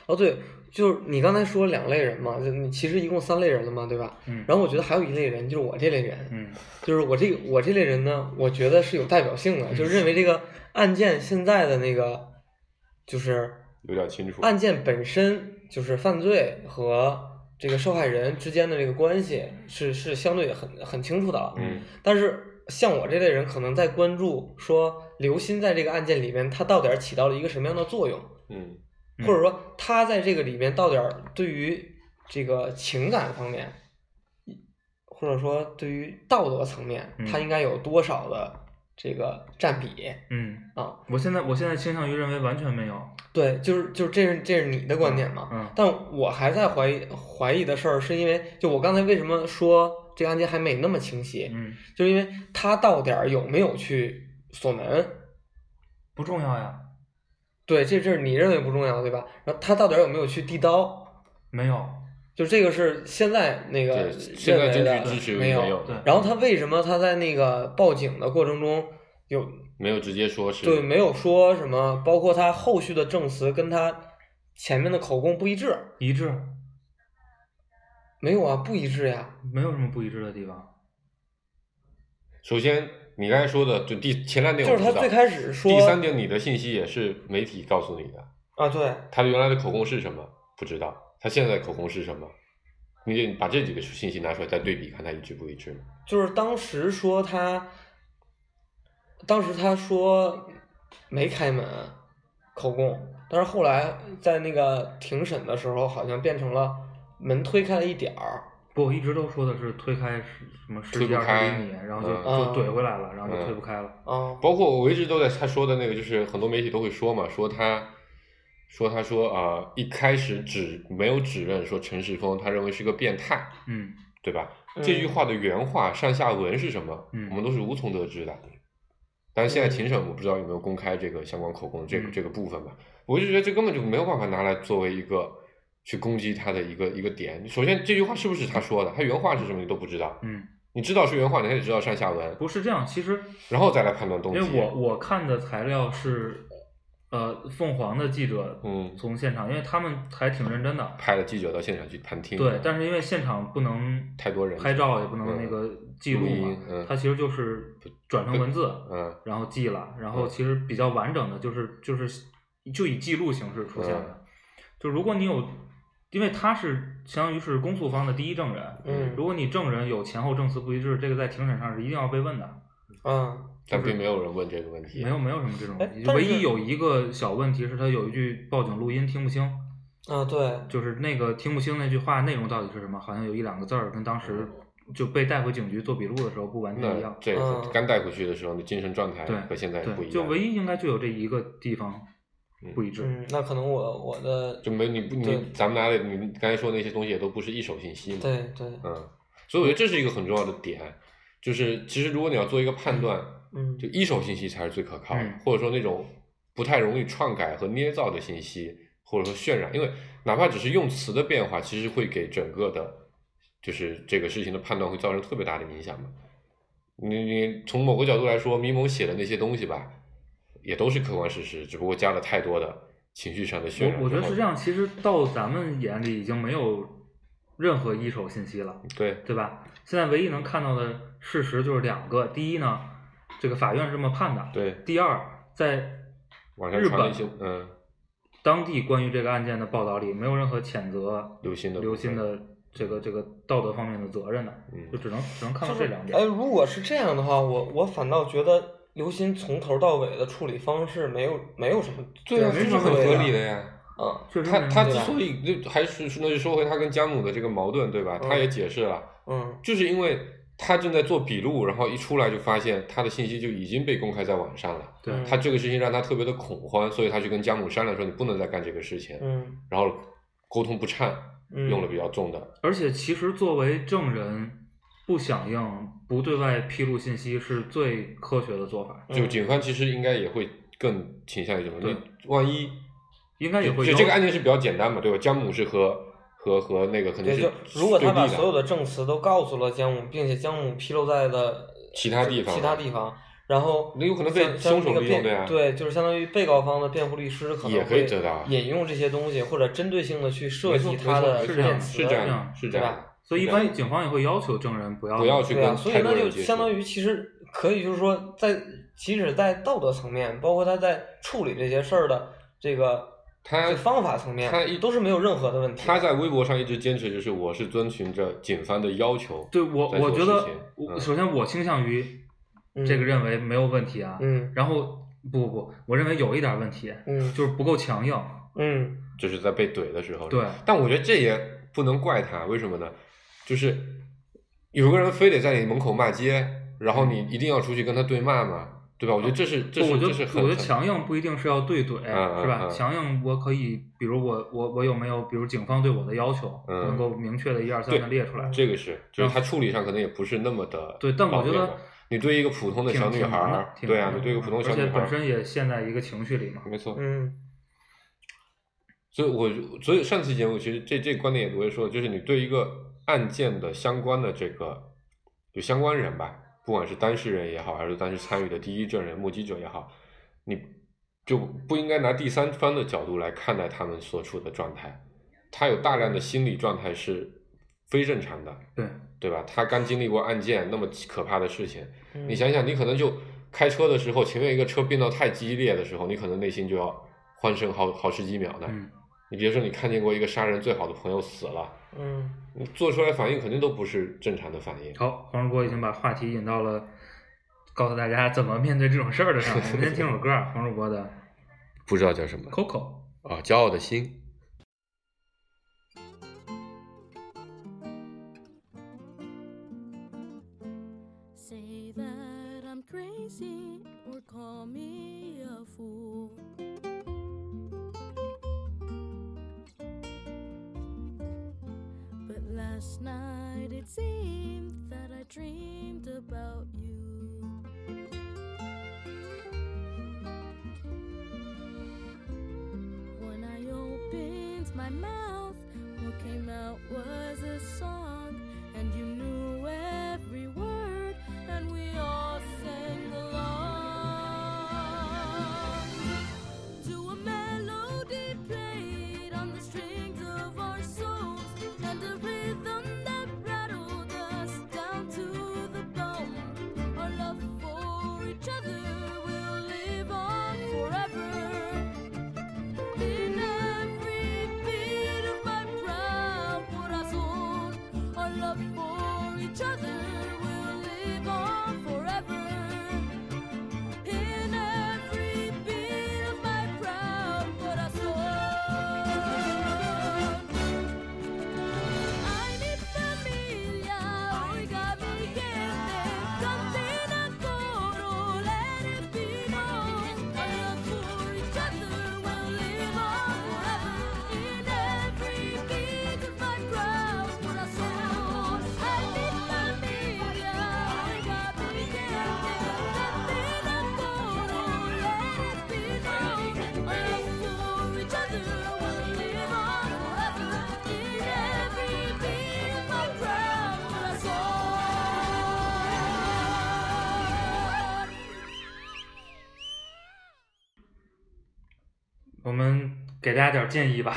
哦，对，就是你刚才说两类人嘛，就你其实一共三类人了嘛，对吧？
嗯，
然后我觉得还有一类人，就是我这类人，
嗯
就是我这我这类人呢，我觉得是有代表性的，就认为这个案件现在的那个，就是
有点清楚。
案件本身就是犯罪和这个受害人之间的这个关系是是相对很很清楚的了。
嗯
但是像我这类人，可能在关注说刘鑫在这个案件里面，他到底儿起到了一个什么样的作用？
嗯
嗯
或者说他在这个里面到底儿对于这个情感方面，或者说对于道德层面，
嗯
他应该有多少的这个占比
嗯，
啊？
我现在我现在倾向于认为完全没有。
对，就是就是这是这是你的观点嘛？
嗯嗯
但我还在怀疑怀疑的事儿，是因为就我刚才为什么说这个案件还没那么清晰，
嗯，
就是因为他到底儿有没有去锁门？
不重要呀，
对，这事儿你认为不重要，对吧？然后他到底儿有没有去递刀？
没有。
就这个是现在那个
对，现在
认为
证
的
据支持
没有。
有，
对
然后他为什么他在那个报警的过程中有
没有直接说是
对没有说什么？包括他后续的证词跟他前面的口供不一致，
一致，
没有啊，不一致呀。
没有什么不一致的地方。
首先，你刚才说的，就第前两点
就
我
是
知
他
道，
最开始说
第三点，你的信息也是媒体告诉你的，
啊，对，
他原来的口供是什么不知道，他现在的口供是什么，你得把这几个信息拿出来再对比，看他一致不一致嘛。
就是当时说他，当时他说没开门，口供，但是后来在那个庭审的时候，好像变成了门推开了一点儿，
不，我一直都说的是推开十什么十
推
几
不
二
开
十厘米，然后就、
嗯
就怼回来了，然后就
嗯
推不开了。
啊，
包括我一直都在他说的那个，就是很多媒体都会说嘛，说他，说他说啊、呃一开始指没有指认说陈世峰，他认为是个变态，
嗯
对吧？
嗯
这句话的原话上下文是什么，
嗯
我们都是无从得知的。但是现
嗯
在庭审，我不知道有没有公开这个相关口供这个、
嗯
这个部分吧。我就觉得这根本就没有办法拿来作为一个去攻击他的一个一个点。首先，这句话是不是他说的？他原话是什么你都不知道，
嗯，
你知道是原话，你还得知道上下文，
不是这样，其实
然后再来判断动
因
机。
为我我看的材料是，呃，凤凰的记者
嗯
从现场，因为他们还挺认真的，
派了记者到现场去旁听，
对，但是因为现场不能
嗯太多人
拍照，也不能
嗯
那个记录
录
嘛
音，嗯
它其实就是转成文字，
嗯
然后记了，然后其实比较完整的就是就是就以记录形式出现的。就如果你有，因为他是相当于是公诉方的第一证人，
嗯
如果你证人有前后证词不一致，这个在庭审上是一定要被问的。
啊，
但并没有人问这个问题，
没有没有什么这种
哎
问题，
但是
唯一有一个小问题是他有一句报警录音听不清，
啊，对，
就是那个听不清那句话内容到底是什么，好像有一两个字儿跟当时就被带回警局做笔录的时候不完全一
那
样。
这个
嗯
刚带回去的时候，你精神状态
对
和现在不一
对，
样，
就唯一应该就有这一个地方不一致。
嗯，那可能我我的
就没你不
对
你咱们拿的你刚才说那些东西也都不是一手信息嘛，
对对，
嗯，所以我觉得这是一个很重要的点，就是其实如果你要做一个判断，
嗯，
就一手信息才是最可靠的，
嗯
或者说那种不太容易篡改和捏造的信息，或者说渲染，因为哪怕只是用词的变化，其实会给整个的，就是这个事情的判断会造成特别大的影响嘛。你你从某个角度来说，迷蒙写的那些东西吧，也都是客观事实，只不过加了太多的情绪上的渲染。
我我觉得
然后
是这样，其实到咱们眼里已经没有任何一手信息了，
对，
对吧？现在唯一能看到的事实就是两个，第一呢，这个法院是这么判的；
对，
第二，在
网上
日
传了一
本
些嗯
当地关于这个案件的报道里，没有任何谴责
刘鑫的
刘
部分
鑫的这个这个道德方面的责任的，就
嗯
只能只能看到这两点。
哎，如果是这样的话，我我反倒觉得刘鑫从头到尾的处理方式没有没有什么
对啊，
没什
这是
么
很
所谓
合理的呀。
嗯
确实没
他
人
他
知
之
道
所以就还是那就说回他跟江姆的这个矛盾，对吧？
嗯
他也解释了，
嗯
就是因为他正在做笔录，然后一出来就发现他的信息就已经被公开在网上了。
对
嗯
他这个事情让他特别的恐慌，所以他去跟江姆商量说：“你不能再干这个事情。
嗯
然后沟通不畅，
嗯，
用了比较重的，
而且其实作为证人，不响应、不对外披露信息是最科学的做法，
嗯
就警方其实应该也会更倾向于什么？
对
你万一
应该也
就
会
就
要
这个案件是比较简单嘛，对吧？江姆是和和和那个肯定
对，
是
就如果他
对
把
立的
所有的证词都告诉了江姆，并且江姆披露在了
其他地方啊
其他地方，然后
那有可能被
像
凶手
像那个
利用
辩
对啊
对，就是相当于被告方的辩护律师可
也
能
可以
会
得到
引用这些东西，或者针对性的去设
没错
计他的
没错是这样
辩
的
词，啊
是这样
这
的
样
是这样
对
的，
所以一
是这样
般
的
警方也会要求证人不要
不要去
对啊，
跟
所以
太
那
多
就
人接触，
相当于其实可以就是说在，即使在道德层面，包括他在处理这些事儿的这个
他
这方法层面，
他一
都是没有任何的问题。
他在微博上一直坚持，就是我是遵循着警方的要求。
对我，
在做
我觉
事
得
情，
我
嗯
首先我倾向于
嗯
这个认为没有问题啊，
嗯
然后不不不，我认为有一点问题，
嗯
就是不够强硬，
嗯
就是在被怼的时候。
对，
但我觉得这也不能怪他，为什么呢？就是有个人非得在你门口骂街，然后你一定要出去跟他对骂嘛，对吧？我觉得这
哦
是这
不
是
我觉
这是
得
很
我觉得
很
强硬不一定是要对怼，
嗯
是吧？
嗯
强硬我可以，比如我我我有没有，比如警方对我的要求，
嗯
能够明确的一二三
对
的列出来，
这个是，
嗯
就是他处理上可能也不是那么的
对但我觉得
到位吧你对一个普通的
挺
小女
挺
孩
难
儿
的，，挺
对
难
啊，
的
你对一个普通小
而
女
且
孩
本
儿，
身也陷在一个情绪里嘛，
没错，
嗯
所以我所以上期节目其实这这个观点也我也说了，就是你对一个案件的相关的这个就相关人吧，不管是当事人也好，还是当时参与的第一证人、目击者也好，你就不应该拿第三方的角度来看待他们所处的状态，他有大量的心理状态是非正常的，
对，
对吧？他刚经历过案件那么可怕的事情，
嗯，
你想想，你可能就开车的时候，前面一个车变道太激烈的时候，你可能内心就要欢声好好十几秒呢。
嗯，
你别说你看见过一个杀人最好的朋友死了，
嗯
你做出来反应肯定都不是正常的反应。
好，黄世波已经把话题引到了告诉大家怎么面对这种事儿的上面，我们先听首歌啊，黄世波的
不知道叫什么
《
啊
Coco》。
啊，骄傲的心。
Last night it seemed that I dreamed about you. When I opened my mouth, what came out was a song, and you knew every word, and we all sang along to a melody played on the strings of our souls and a rhythm that rattled us down to the bone. Our love for each other will live on forever. In every bit of my proud corazón, our love for each other will live on forever. In every beat of my proud corazón. Ay, mi familia, oiga mi gente, canten a coro, let it be known. Our love for each other will live on forever. In every beat of my proud corazón. Ay, mi familia, oiga mi gente, canten a coro, let it be known. Our love for each other will live on forever. In every beat of my proud corazón.
我们给大家点儿建议吧。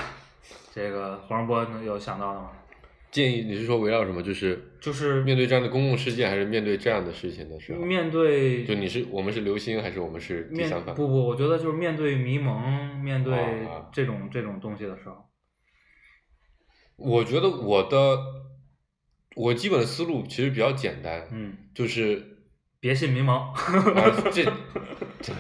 这个黄世波能有想到的吗？
建议你是说围绕什么？就是
就是
面对这样的公共事件，还是面对这样的事情的时候？
面对
就你是我们是流星，还是我们是第
面
三方？
不不，我觉得就是面对迷蒙，面对
啊啊
这种这种东西的时候，
我觉得我的我基本思路其实比较简单，
嗯，
就是
别信迷蒙。
啊， 这这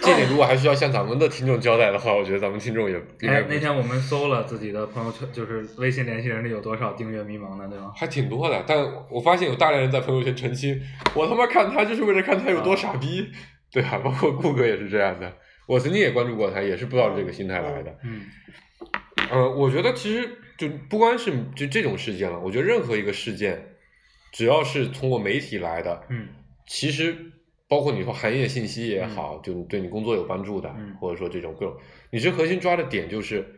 这里如果还需要向咱们的听众交代的话，我觉得咱们听众也应该
哎，
不
那天我们搜了自己的朋友圈，就是微信联系人里有多少订阅迷蒙的，对吗？
还挺多的，但我发现有大量人在朋友圈澄清，我他妈看他就是为了看他有多傻
啊
逼， 对吧、包括顾哥也是这样的，我曾经也关注过他，也是抱着这个心态来的。
嗯
呃，我觉得其实就不光是就这种事件了，我觉得任何一个事件，只要是通过媒体来的，
嗯
其实包括你说行业信息也好，就对你工作有帮助的，
嗯
或者说这种各种，你这核心抓的点就是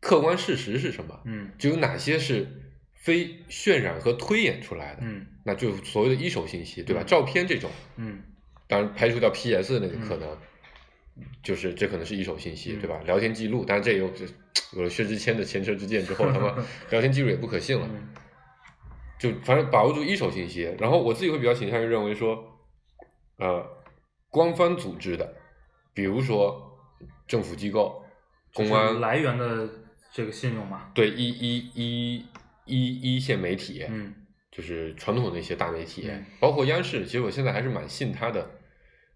客观事实是什么，
嗯
就有哪些是非渲染和推演出来的，
嗯
那就所谓的一手信息，对吧？
嗯
照片这种，
嗯
当然排除掉 PS 那个可能，就是这可能是一手信息，
嗯
对吧？聊天记录，当然这也有这有了薛之谦的前车之鉴之后，他 妈聊天记录也不可信了。
嗯
就反正把握住一手信息。然后我自己会比较倾向于认为说，呃，官方组织的，比如说政府机构、公
就是
安，
来源的这个信用嘛。
对一一一一一线媒体，
嗯
就是传统的一些大媒体，
嗯
包括央视，其实我现在还是蛮信它的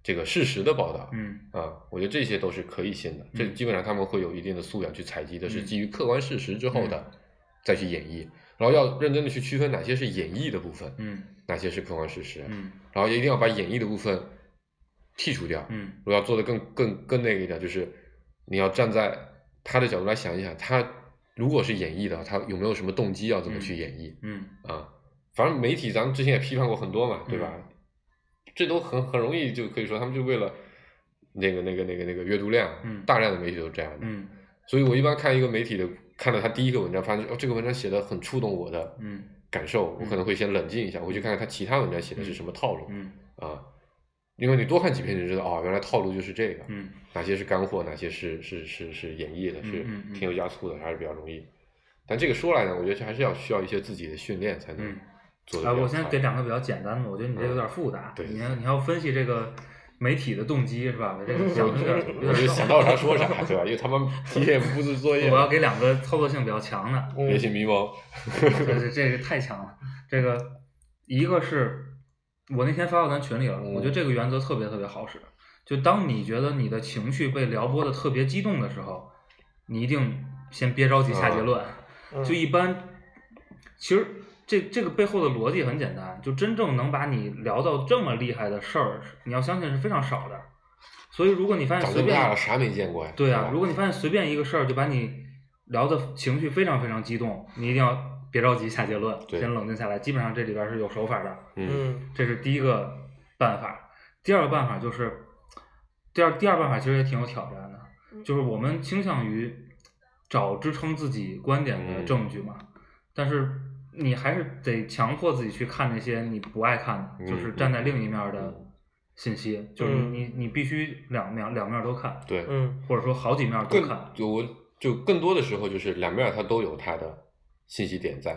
这个事实的报道。
嗯
啊，我觉得这些都是可以信的，这
嗯
基本上他们会有一定的素养去采集的，是
嗯
基于客观事实之后的，再去演绎，然后要认真的去区分哪些是演绎的部分，
嗯
哪些是客观事实，
嗯
然后一定要把演绎的部分剔除掉。
嗯
如果要做的更更更那个一点，就是你要站在他的角度来想一想，他如果是演绎的，他有没有什么动机要怎么去演绎、
嗯
啊？反正媒体咱们之前也批判过很多嘛，对吧？
嗯
这都很很容易就可以说他们就为了那个那个那个那个阅读量，
嗯
大量的媒体都是这样的。
嗯
所以我一般看一个媒体的，看到他第一个文章，发现哦这个文章写的很触动我的
嗯
感受，我可能会先冷静一下，我去看看他其他文章写的是什么套路。
嗯
啊，因为你多看几篇，你就知道哦，原来套路就是这个，
嗯
哪些是干货，哪些是是是是演绎的，
嗯
是
嗯嗯
添油加醋的，还是比较容易。但这个说来呢，我觉得还是要需要一些自己的训练才能
嗯。
做
啊，
得比较快。
我先给两个比较简单的，我觉得你这个有点复杂。
对
你要你要分析这个媒体的动机是吧？这 个想的有点有
我就
点
想
绕。
到啥说啥，对吧？因为他们提前布置作业，
我要给两个操作性比较强的，
嗯
别信迷茫。
对对，这个太强了。这个一个是我那天发到咱群里了，我觉得这个原则特别特别好使。就当你觉得你的情绪被撩拨的特别激动的时候，你一定先别着急
啊
下结论。
嗯
就一般，其实这这个背后的逻辑很简单，就真正能把你聊到这么厉害的事儿，你要相信是非常少的。所以如果你发现
长
随
这么
便
大了啥没见过呀？
对啊
是吧
啊，如果你发现随便一个事儿就把你聊的情绪非常非常激动，你一定要别着急下结论，
对
先冷静下来。基本上这里边是有手法的，
嗯
嗯
这是第一个办法。第二个办法就是，第二第二办法其实也挺有挑战的，就是我们倾向于找支撑自己观点的
嗯
证据嘛，但是你还是得强迫自己去看那些你不爱看的，就是
嗯
站在另一面的
嗯
信息，就是你
嗯
你你必须两面两面都看，
对，
嗯
或者说好几面都
更
看。
就我就更多的时候就是两面儿它都有它的信息点在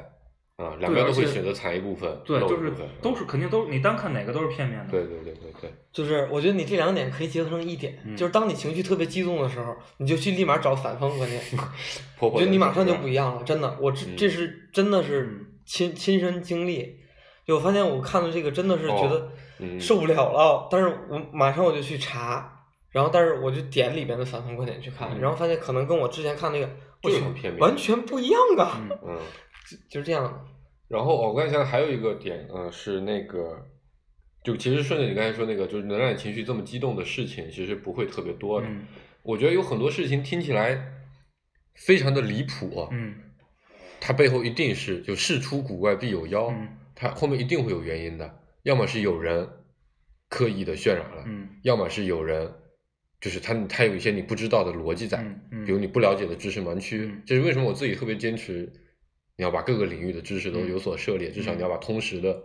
啊，两
对
边儿
而
都会
且
选择裁一部分，
对，
漏一
就是
部分嗯啊
都是肯定都是你单看哪个都是片面的。
对对对对对，
就是我觉得你这两点可以结合成一点，
嗯
就是当你情绪特别激动的时候，你就去立马找反方 观点，
婆
我觉
婆的啊
得你马上就
这
不一样了，真的，我这
嗯
这是真的是
嗯
亲亲身经历，就我发现我看到这个真的是觉
哦嗯
得受不了了，但是我马上我就去查，然后但是我就点里边的反方观点去看，
嗯
然后发现可能跟我之前看那个我
就是
去
很片面
完全不一样啊，
嗯，
嗯。
就就是这样的，
然后哦我刚才想还有一个点，呃，是那个，就其实顺着你刚才说那个，就是能让你情绪这么激动的事情，其实不会特别多的。
嗯
我觉得有很多事情听起来非常的离谱、啊，
嗯
它背后一定是就事出古怪必有妖，
嗯
它后面一定会有原因的，要么是有人刻意的渲染了，
嗯
要么是有人就是他他有一些你不知道的逻辑在，
嗯嗯，
比如你不了解的知识盲区
嗯，
这是为什么我自己特别坚持，你要把各个领域的知识都
嗯
有所涉猎，至少你要把通识的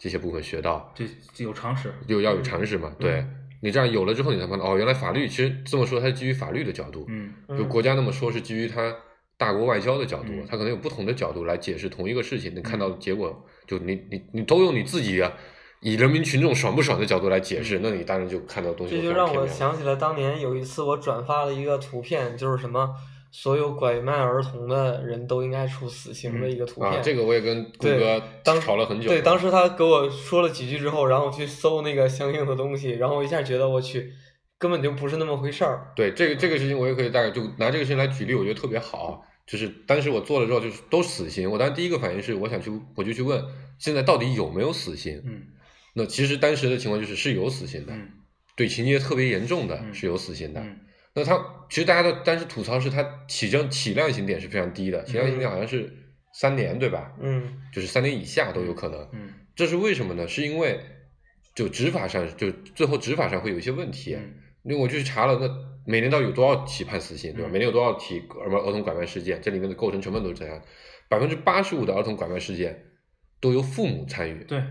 这些部分学到，
这这有常识。
就要有常识
嗯
嘛。对你这样有了之后，你才发现哦，原来法律其实这么说，它是基于法律的角度，
嗯
就国家那么说，是基于它大国外交的角度
嗯，
它可能有不同的角度来解释同一个事情，你看
嗯
到的结果，就你你你都用你自己、啊、以人民群众爽不爽的角度来解释，那你当然就看到东西
嗯这
会
就
非常
让
片
我
面了。
想起来当年有一次我转发了一个图片，就是什么所有拐卖儿童的人都应该处死刑的一个图片，
啊，这个我也跟谷
对
歌
当
吵了很久。
对，当时他给我说了几句之后，然后我去搜那个相应的东西，然后我一下觉得我去，根本就不是那么回事儿。
对这个这个事情，我也可以大概就拿这个事情来举例，我觉得特别好。就是当时我做了之后，就是都死刑。我当时第一个反应是，我想去，我就去问，现在到底有没有死刑？
嗯
那其实当时的情况就是是有死刑的，
嗯
对情节特别严重的
嗯
是有死刑的。
嗯
那他其实大家都当时吐槽是他起征起量刑点是非常低的，起量刑点好像是三年对吧？
嗯
就是三年以下都有可能。
嗯
这是为什么呢？是因为就执法上，就最后执法上会有一些问题。
嗯
因为我就去查了，那每年到底有多少起判死刑，对吧？
嗯
每年有多少起儿儿童拐卖事件？这里面的构成成分都是怎样？百分之八十五的儿童拐卖事件都由父母参与，
对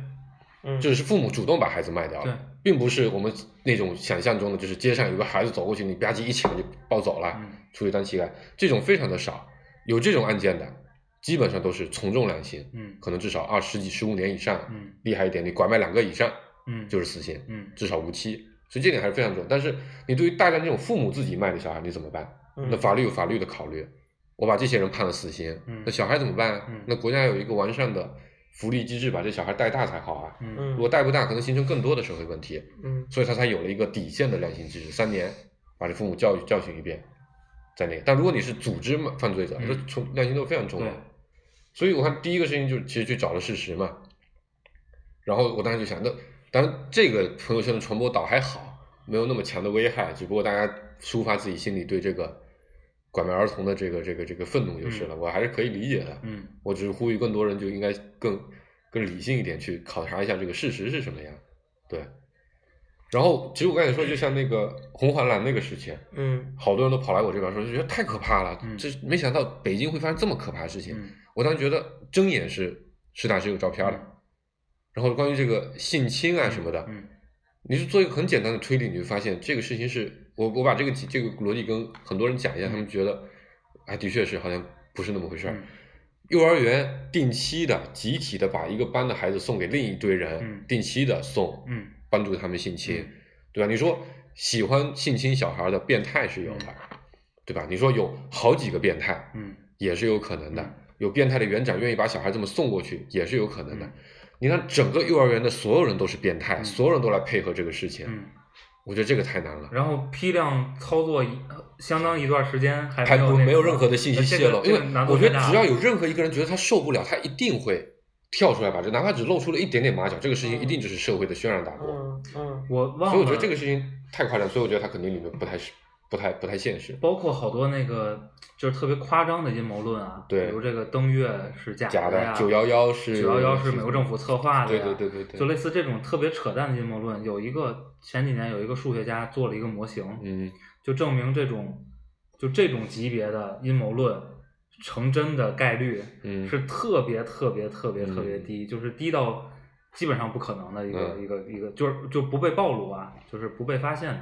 嗯，
就是父母主动把孩子卖掉
对
了，并不是我们那种想象中的，就是街上有个孩子走过去，你吧唧一抢就抱走了，
嗯
出去当乞丐，这种非常的少。有这种案件的，基本上都是从重量刑，
嗯
可能至少二十几、十五年以上，
嗯
厉害一点，你拐卖两个以上
嗯
就是是死刑。
嗯
至少无期，所以这点还是非常重要。但是你对于大量这种父母自己卖的小孩，你怎么办？
嗯
那法律有法律的考虑，我把这些人判了死刑，
嗯
那小孩怎么办啊？
嗯
那国家有一个完善的福利机制，把这小孩带大才好啊。
嗯
如
嗯
果带不大，可能形成更多的社会问题，
嗯
所以他才有了一个底线的量刑机制，三年把这父母教育教训一遍，在那个。但如果你是组织嘛犯罪者，
嗯
这从量刑都非常重要
对。
所以我看第一个事情就是其实去找了事实嘛，然后我当时就想，那当然这个朋友圈的传播倒还好，没有那么强的危害，只不过大家抒发自己心里对这个拐卖儿童的这个这个这个愤怒就是了，我还是可以理解的。
嗯
我只是呼吁更多人就应该更更理性一点去考察一下这个事实是什么样。对。然后，其实我刚才说，就像那个红黄蓝那个事情，
嗯
好多人都跑来我这边说，就觉得太可怕了，
嗯
这没想到北京会发生这么可怕的事情。
嗯
我当时觉得睁眼是实打实有照片的。然后关于这个性侵啊什么的，
嗯
你是做一个很简单的推理，你就发现这个事情是我我把这个这个逻辑跟很多人讲一下，他们觉得，哎，的确是好像不是那么回事儿。
嗯
幼儿园定期的、集体的把一个班的孩子送给另一堆人，
嗯
定期的送，
嗯
帮助他们性侵，
嗯
对吧？你说喜欢性侵小孩的变态是有的，对吧？你说有好几个变态
嗯
也是有可能的，
嗯
有变态的园长愿意把小孩这么送过去也是有可能的。
嗯
你让整个幼儿园的所有人都是变态，
嗯
所有人都来配合这个事情，
嗯，
我觉得这个太难了。
然后批量操作一相当一段时间，还
还
没有那
不
个呃
没有任何的信息泄露，
这个这个
因为
难度
我觉
太
得
大
只要
了
有任何一个人觉得他受不了，他一定会跳出来把这，哪怕只露出了一点点马脚，这个事情一定就是社会的轩然大波。
嗯嗯
嗯我忘了，
所以我觉得这个事情太夸张，所以我觉得他肯定里面不太是不不太不太现实。
包括好多那个就是特别夸张的阴谋论啊，
对
比如这个登月是假
假
哎呀，
的九幺幺是
九幺幺是美国政府策划的
对
呀，
对对对对，
就类似这种特别扯淡的阴谋论，有一个前几年有一个数学家做了一个模型，
嗯
就证明这种就这种级别的阴谋论成真的概率
嗯
是特别特别特别特别
嗯
低，就是低到基本上不可能的一个、
嗯
一个一个，就是就不被暴露啊，就是不被发现的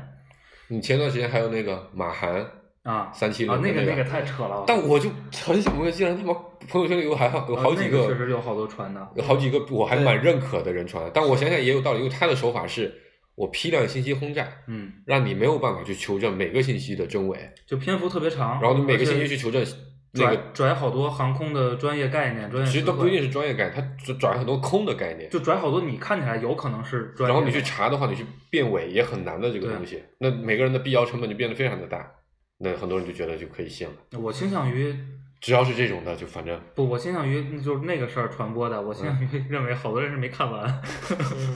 你前段时间还有那个马航
啊。
三七零
啊，那
个
个那个太扯了，
但我就很想问，竟然他妈朋友圈里有还好有
啊
好几
那确实有好多传的，
有好几个我还蛮认可的人传的，但我想想也有道理，因为他的手法是我批量信息轰炸，
嗯，
让你没有办法去求证每个信息的真伪，
就篇幅特别长，
然后你每个
而且
信息去求证那
拽
个，
拽好多航空的专业概念，专业
其实
词
都不
汇
一定是专业概念，他转转很多空的概念，
就拽好多你看起来有可能是专业
然
的，
后你去查的话，你去辨伪也很难的这个东西，那每个人的必要成本就变得非常的大，那很多人就觉得就可以信了，
我倾向于
只要是这种的就反正
不，我倾向于就是那个事儿传播的，我倾向
嗯
于认为好多人是没看完。
嗯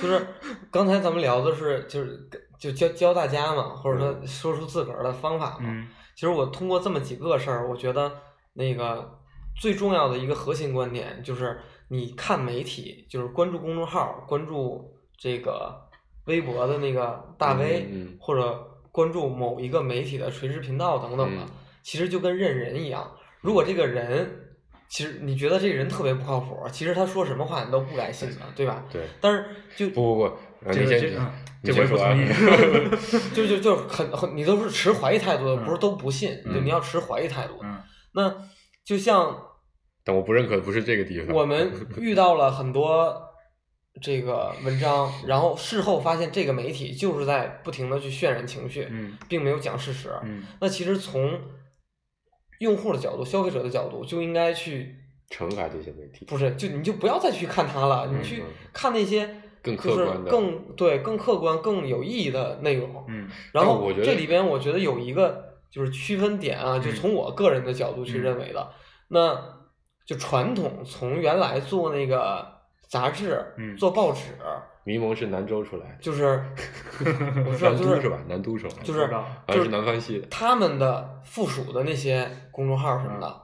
就是刚才咱们聊的是，就是就教教大家嘛，或者
嗯
说说出自个儿的方法嘛。
嗯
其实我通过这么几个事儿，我觉得那个最重要的一个核心观点就是，你看媒体，就是关注公众号，关注这个微博的那个大 V，、
嗯嗯
或者关注某一个媒体的垂直频道等等的，
嗯
其实就跟认人一样。如果这个人，其实你觉得这个人特别不靠谱，其实他说什么话你都不该信的，对吧？
对，
但是就
不不不，呃
这
你
个
先
这个
你
嗯这我也
先
不
说啊
同意。
就就就是很很，你都是持怀疑态度的，
嗯
不是都不信，
嗯
就你要持怀疑态度。
嗯
那就像
但我不认可，不是这个地方。
我们遇到了很多这个文 章，然后事后发现这个媒体就是在不停的去渲染情绪，
嗯
并没有讲事实。
嗯
那其实从用户的角度、消费者的角度，就应该去
惩罚这些媒体，
不是就你就不要再去看它了，
嗯
你去看那些
更
就
客
是
观的。
更对更客观、更有意义的内容。
嗯
然
但
后
哎我觉
这
得
里边我觉得有一个就是区分点啊，就
嗯
从我个人的角度
嗯
去认为的，那就传统从原来做那个杂志、
嗯
做报纸，
迷蒙是南州出来的，
就是 我知道
南
就
都
是
是吧？南都出来的，
就
不
是
知道
好
就
像是南方系的。
他们的附属的那些公众号什么的，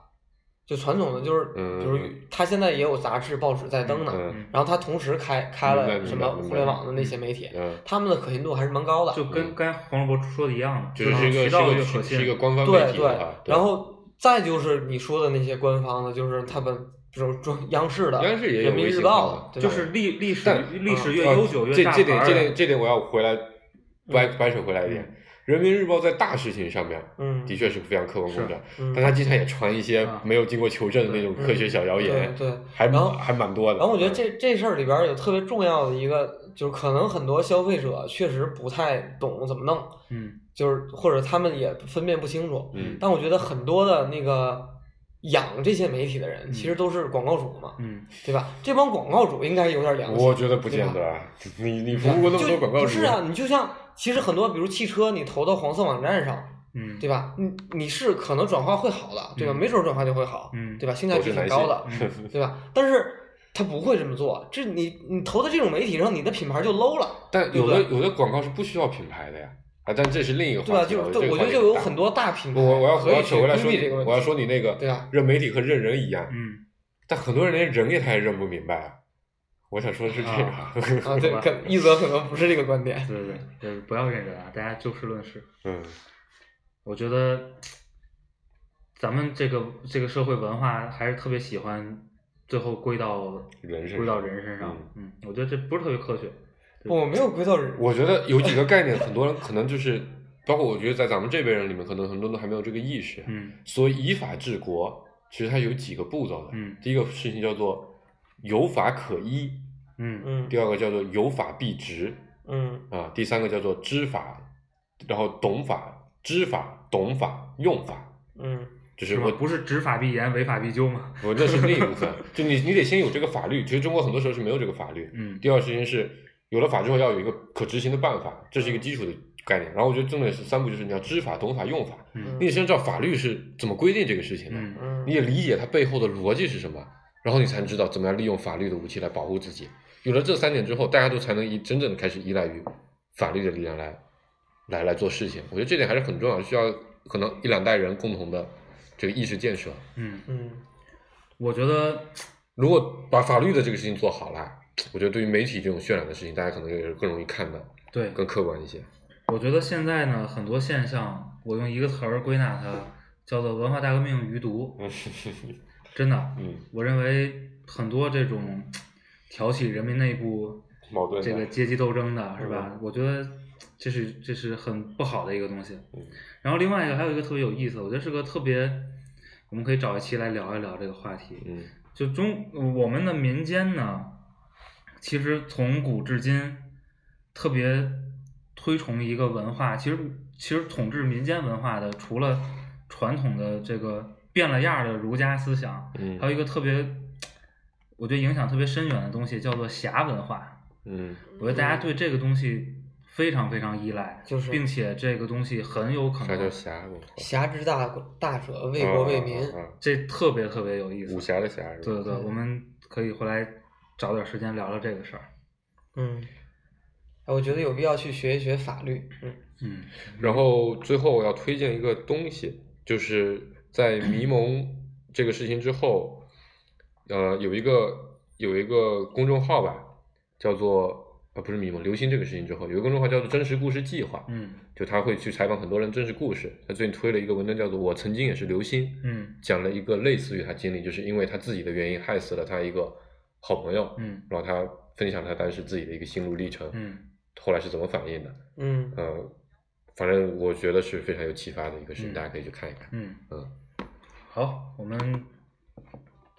就传统的就是
嗯
就是他现在也有杂志、报纸在登呢，
嗯
嗯，
然后他同时开开
明白
了
明
什
白
么
明
互
白
联网的那些媒体，
嗯，
他们的可信度还是蛮高的，
就跟刚才黄世博说的一样的，
就是是一
嗯渠
个
道
是
越
一
可
个
信
是一个官方媒
对
体的话，对
然后再就是你说的那些官方的，就是他们这种中央视的、
央视也有
人民
微
日
信号
报
的，
对吧
就是历历史
但
历史越
啊
悠久越
这
大
这点
牌儿
这
的
点这点我要回来
嗯
掰掰扯回来一点。人民日报在大事情上面
嗯，
的确是非常客观公正，
嗯，
但他经常也传一些
啊
没有经过求证的那种科学小谣言
对，嗯对。
还
然后
还蛮多的。
然后我觉得
嗯
这这事儿里边儿有特别重要的一个，就是可能很多消费者确实不太懂怎么弄，
嗯
就是或者他们也分辨不清楚。
嗯，
但我觉得很多的那个养这些媒体的人，
嗯
其实都是广告主嘛，
嗯
对吧？这帮广告主应该有点良心。
我觉得不见得啊，你你服务过那么多广告
就
主，
不是啊，你就像其实很多，比如汽车，你投到黄色网站上，
嗯
对吧？你你是可能转化会好的，对吧？
嗯
没准儿转化就会好，
嗯
对吧？性价比挺高的
我，
对吧？但是他不会这么做，这你你投到这种媒体上，你的品牌就 low 了，
但
对
有
不
的
对
有的广告是不需要品牌的呀，啊，但这是另一个
对吧？
话题
就
了。
是对，
这个
我
话
觉
题
得就有
大
很多大品牌，
我我要
可
我要
以去
扯回来说
规避
你
这个，问题
我要说你那个
对啊
认媒体和认人一样，
嗯
但很多人连人给他也认不明白啊。我想说的是这个，
啊
啊，对，可一泽可能不是这个观点，
对对对，就是不要认真啊，大家就事论事。
嗯，
我觉得咱们这个这个社会文化还是特别喜欢最后归到
人是
归到人身上。嗯我觉得这不是特别科学。
不我没有归到人，
我觉得有几个概念，很多人可能就是，包括我觉得在咱们这辈人里面，可能很多人都还没有这个意识。
嗯
所以以法治国，其实它有几个步骤的。
嗯
第一个事情叫做有法可依，
嗯
嗯
第二个叫做有法必执，
嗯
啊，第三个叫做知法，然后懂法，知法、懂法、用法，
嗯
就是
是
我
吧？不是执法必严，违法必究嘛。
我那是那一部分，就你你得先有这个法律。其实中国很多时候是没有这个法律。
嗯
第二事情是有了法之后要有一个可执行的办法，这是一个基础的概念。然后我觉得重点是三步，就是你要知法、懂法、用法。
嗯
你得先知道法律是怎么规定这个事情的，
嗯
嗯，
你也理解它背后的逻辑是什么，然后你才能知道怎么样利用法律的武器来保护自己。有了这三点之后，大家都才能依真正的开始依赖于法律的力量来来来做事情。我觉得这点还是很重要，需要可能一两代人共同的这个意识建设。
嗯，
嗯，
我觉得
如果把法律的这个事情做好了，我觉得对于媒体这种渲染的事情，大家可能也是更容易看到，
对，
更客观一些。
我觉得现在呢，很多现象，我用一个词儿归纳它，叫做文化大革命余毒。真的，
嗯，
我认为很多这种挑起人民内部
矛盾的嗯
这个阶级斗争的是吧？我觉得这是这是很不好的一个东西。
嗯
然后另外一个还有一个特别有意思，我觉得是个特别，我们可以找一期来聊一聊这个话题。
嗯
就中呃我们的民间呢，其实从古至今特别推崇一个文化。其实其实统治民间文化的，除了传统的这个变了样儿的儒家思想，
嗯
还有一个特别，我觉得影响特别深远的东西，叫做侠文化。
嗯
我觉得大家对这个东西非常非常依赖，
就是
并且这个东西很有可
啥叫
能，
侠文化？
侠之大大者，为国为民。
啊啊啊
这特别特别有意思。
武侠的侠是吧？
对对对，
嗯
我们可以回来找点时间聊聊这个事儿。
嗯，哎我觉得有必要去学一学法律。嗯，
嗯
然后最后我要推荐一个东西，就是在 迷蒙这个事情之后，呃，有一个有一个公众号吧，叫做呃不是迷蒙，流星这个事情之后，有一个公众号叫做真实故事计划，
嗯
就他会去采访很多人真实故事。他最近推了一个文章叫做《我曾经也是流星》，
嗯
讲了一个类似于他经历，就是因为他自己的原因害死了他一个好朋友，
嗯
然后他分享他当时自己的一个心路历程，
嗯
后来是怎么反应的。
嗯，
呃，反正我觉得是非常有启发的一个事情，
嗯
大家可以去看一看。
嗯
嗯，
好，我们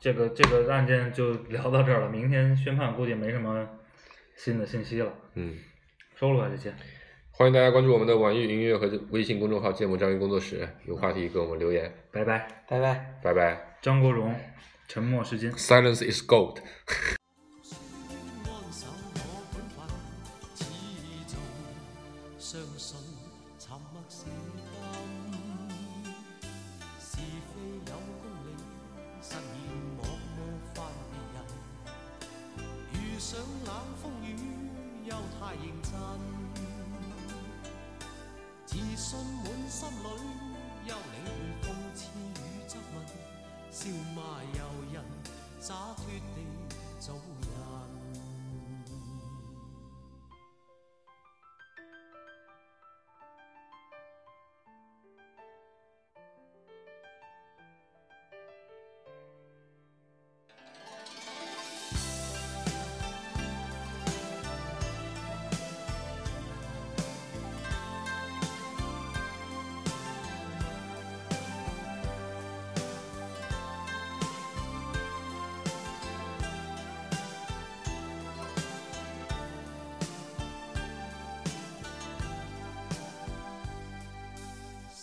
这个这个案件就 聊到这儿了。明天宣判估计没什么新的信息了，
嗯，
收了吧这些。
欢迎大家关注我们的网易云音乐和微信公众号“芥末章鱼工作室”，有话题给我们留言。
拜拜，
拜拜。
拜拜
张国荣，沉默是金。
，Silence is gold。
安守我本分，始終相信沉默是金，是非有公理，實現我模範人。遇上冷風雨，又太認真，自信滿心裏，休理會諷刺與質問，笑罵由人，灑脱地做人。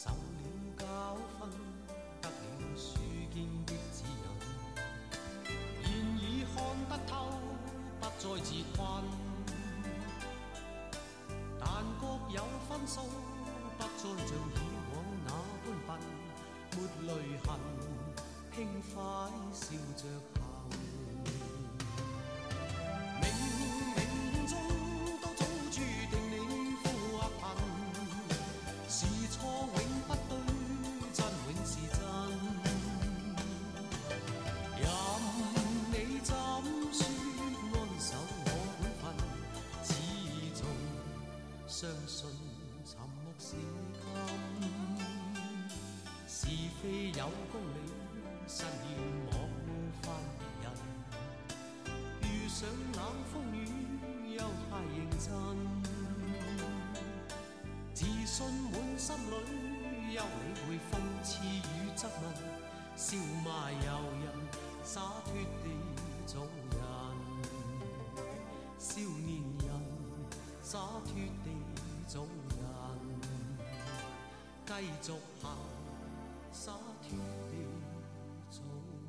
受了教訓，得了書經的指引，現已看得透，不再自困。但各有分數，不再像以往那般笨，沒淚痕，輕快笑着行。冥冥中都早注定你富或貧，是錯永不對，真永是真。任你怎説，安守我本分，始終相信沉默是金。是非有公理，實現莫翻別人。遇上冷風雨，又太認真。自信滿心裏，休理會諷刺與質問，笑罵由人，灑脱地做人。少年人，灑脱地做人，繼續行，灑脱地做人。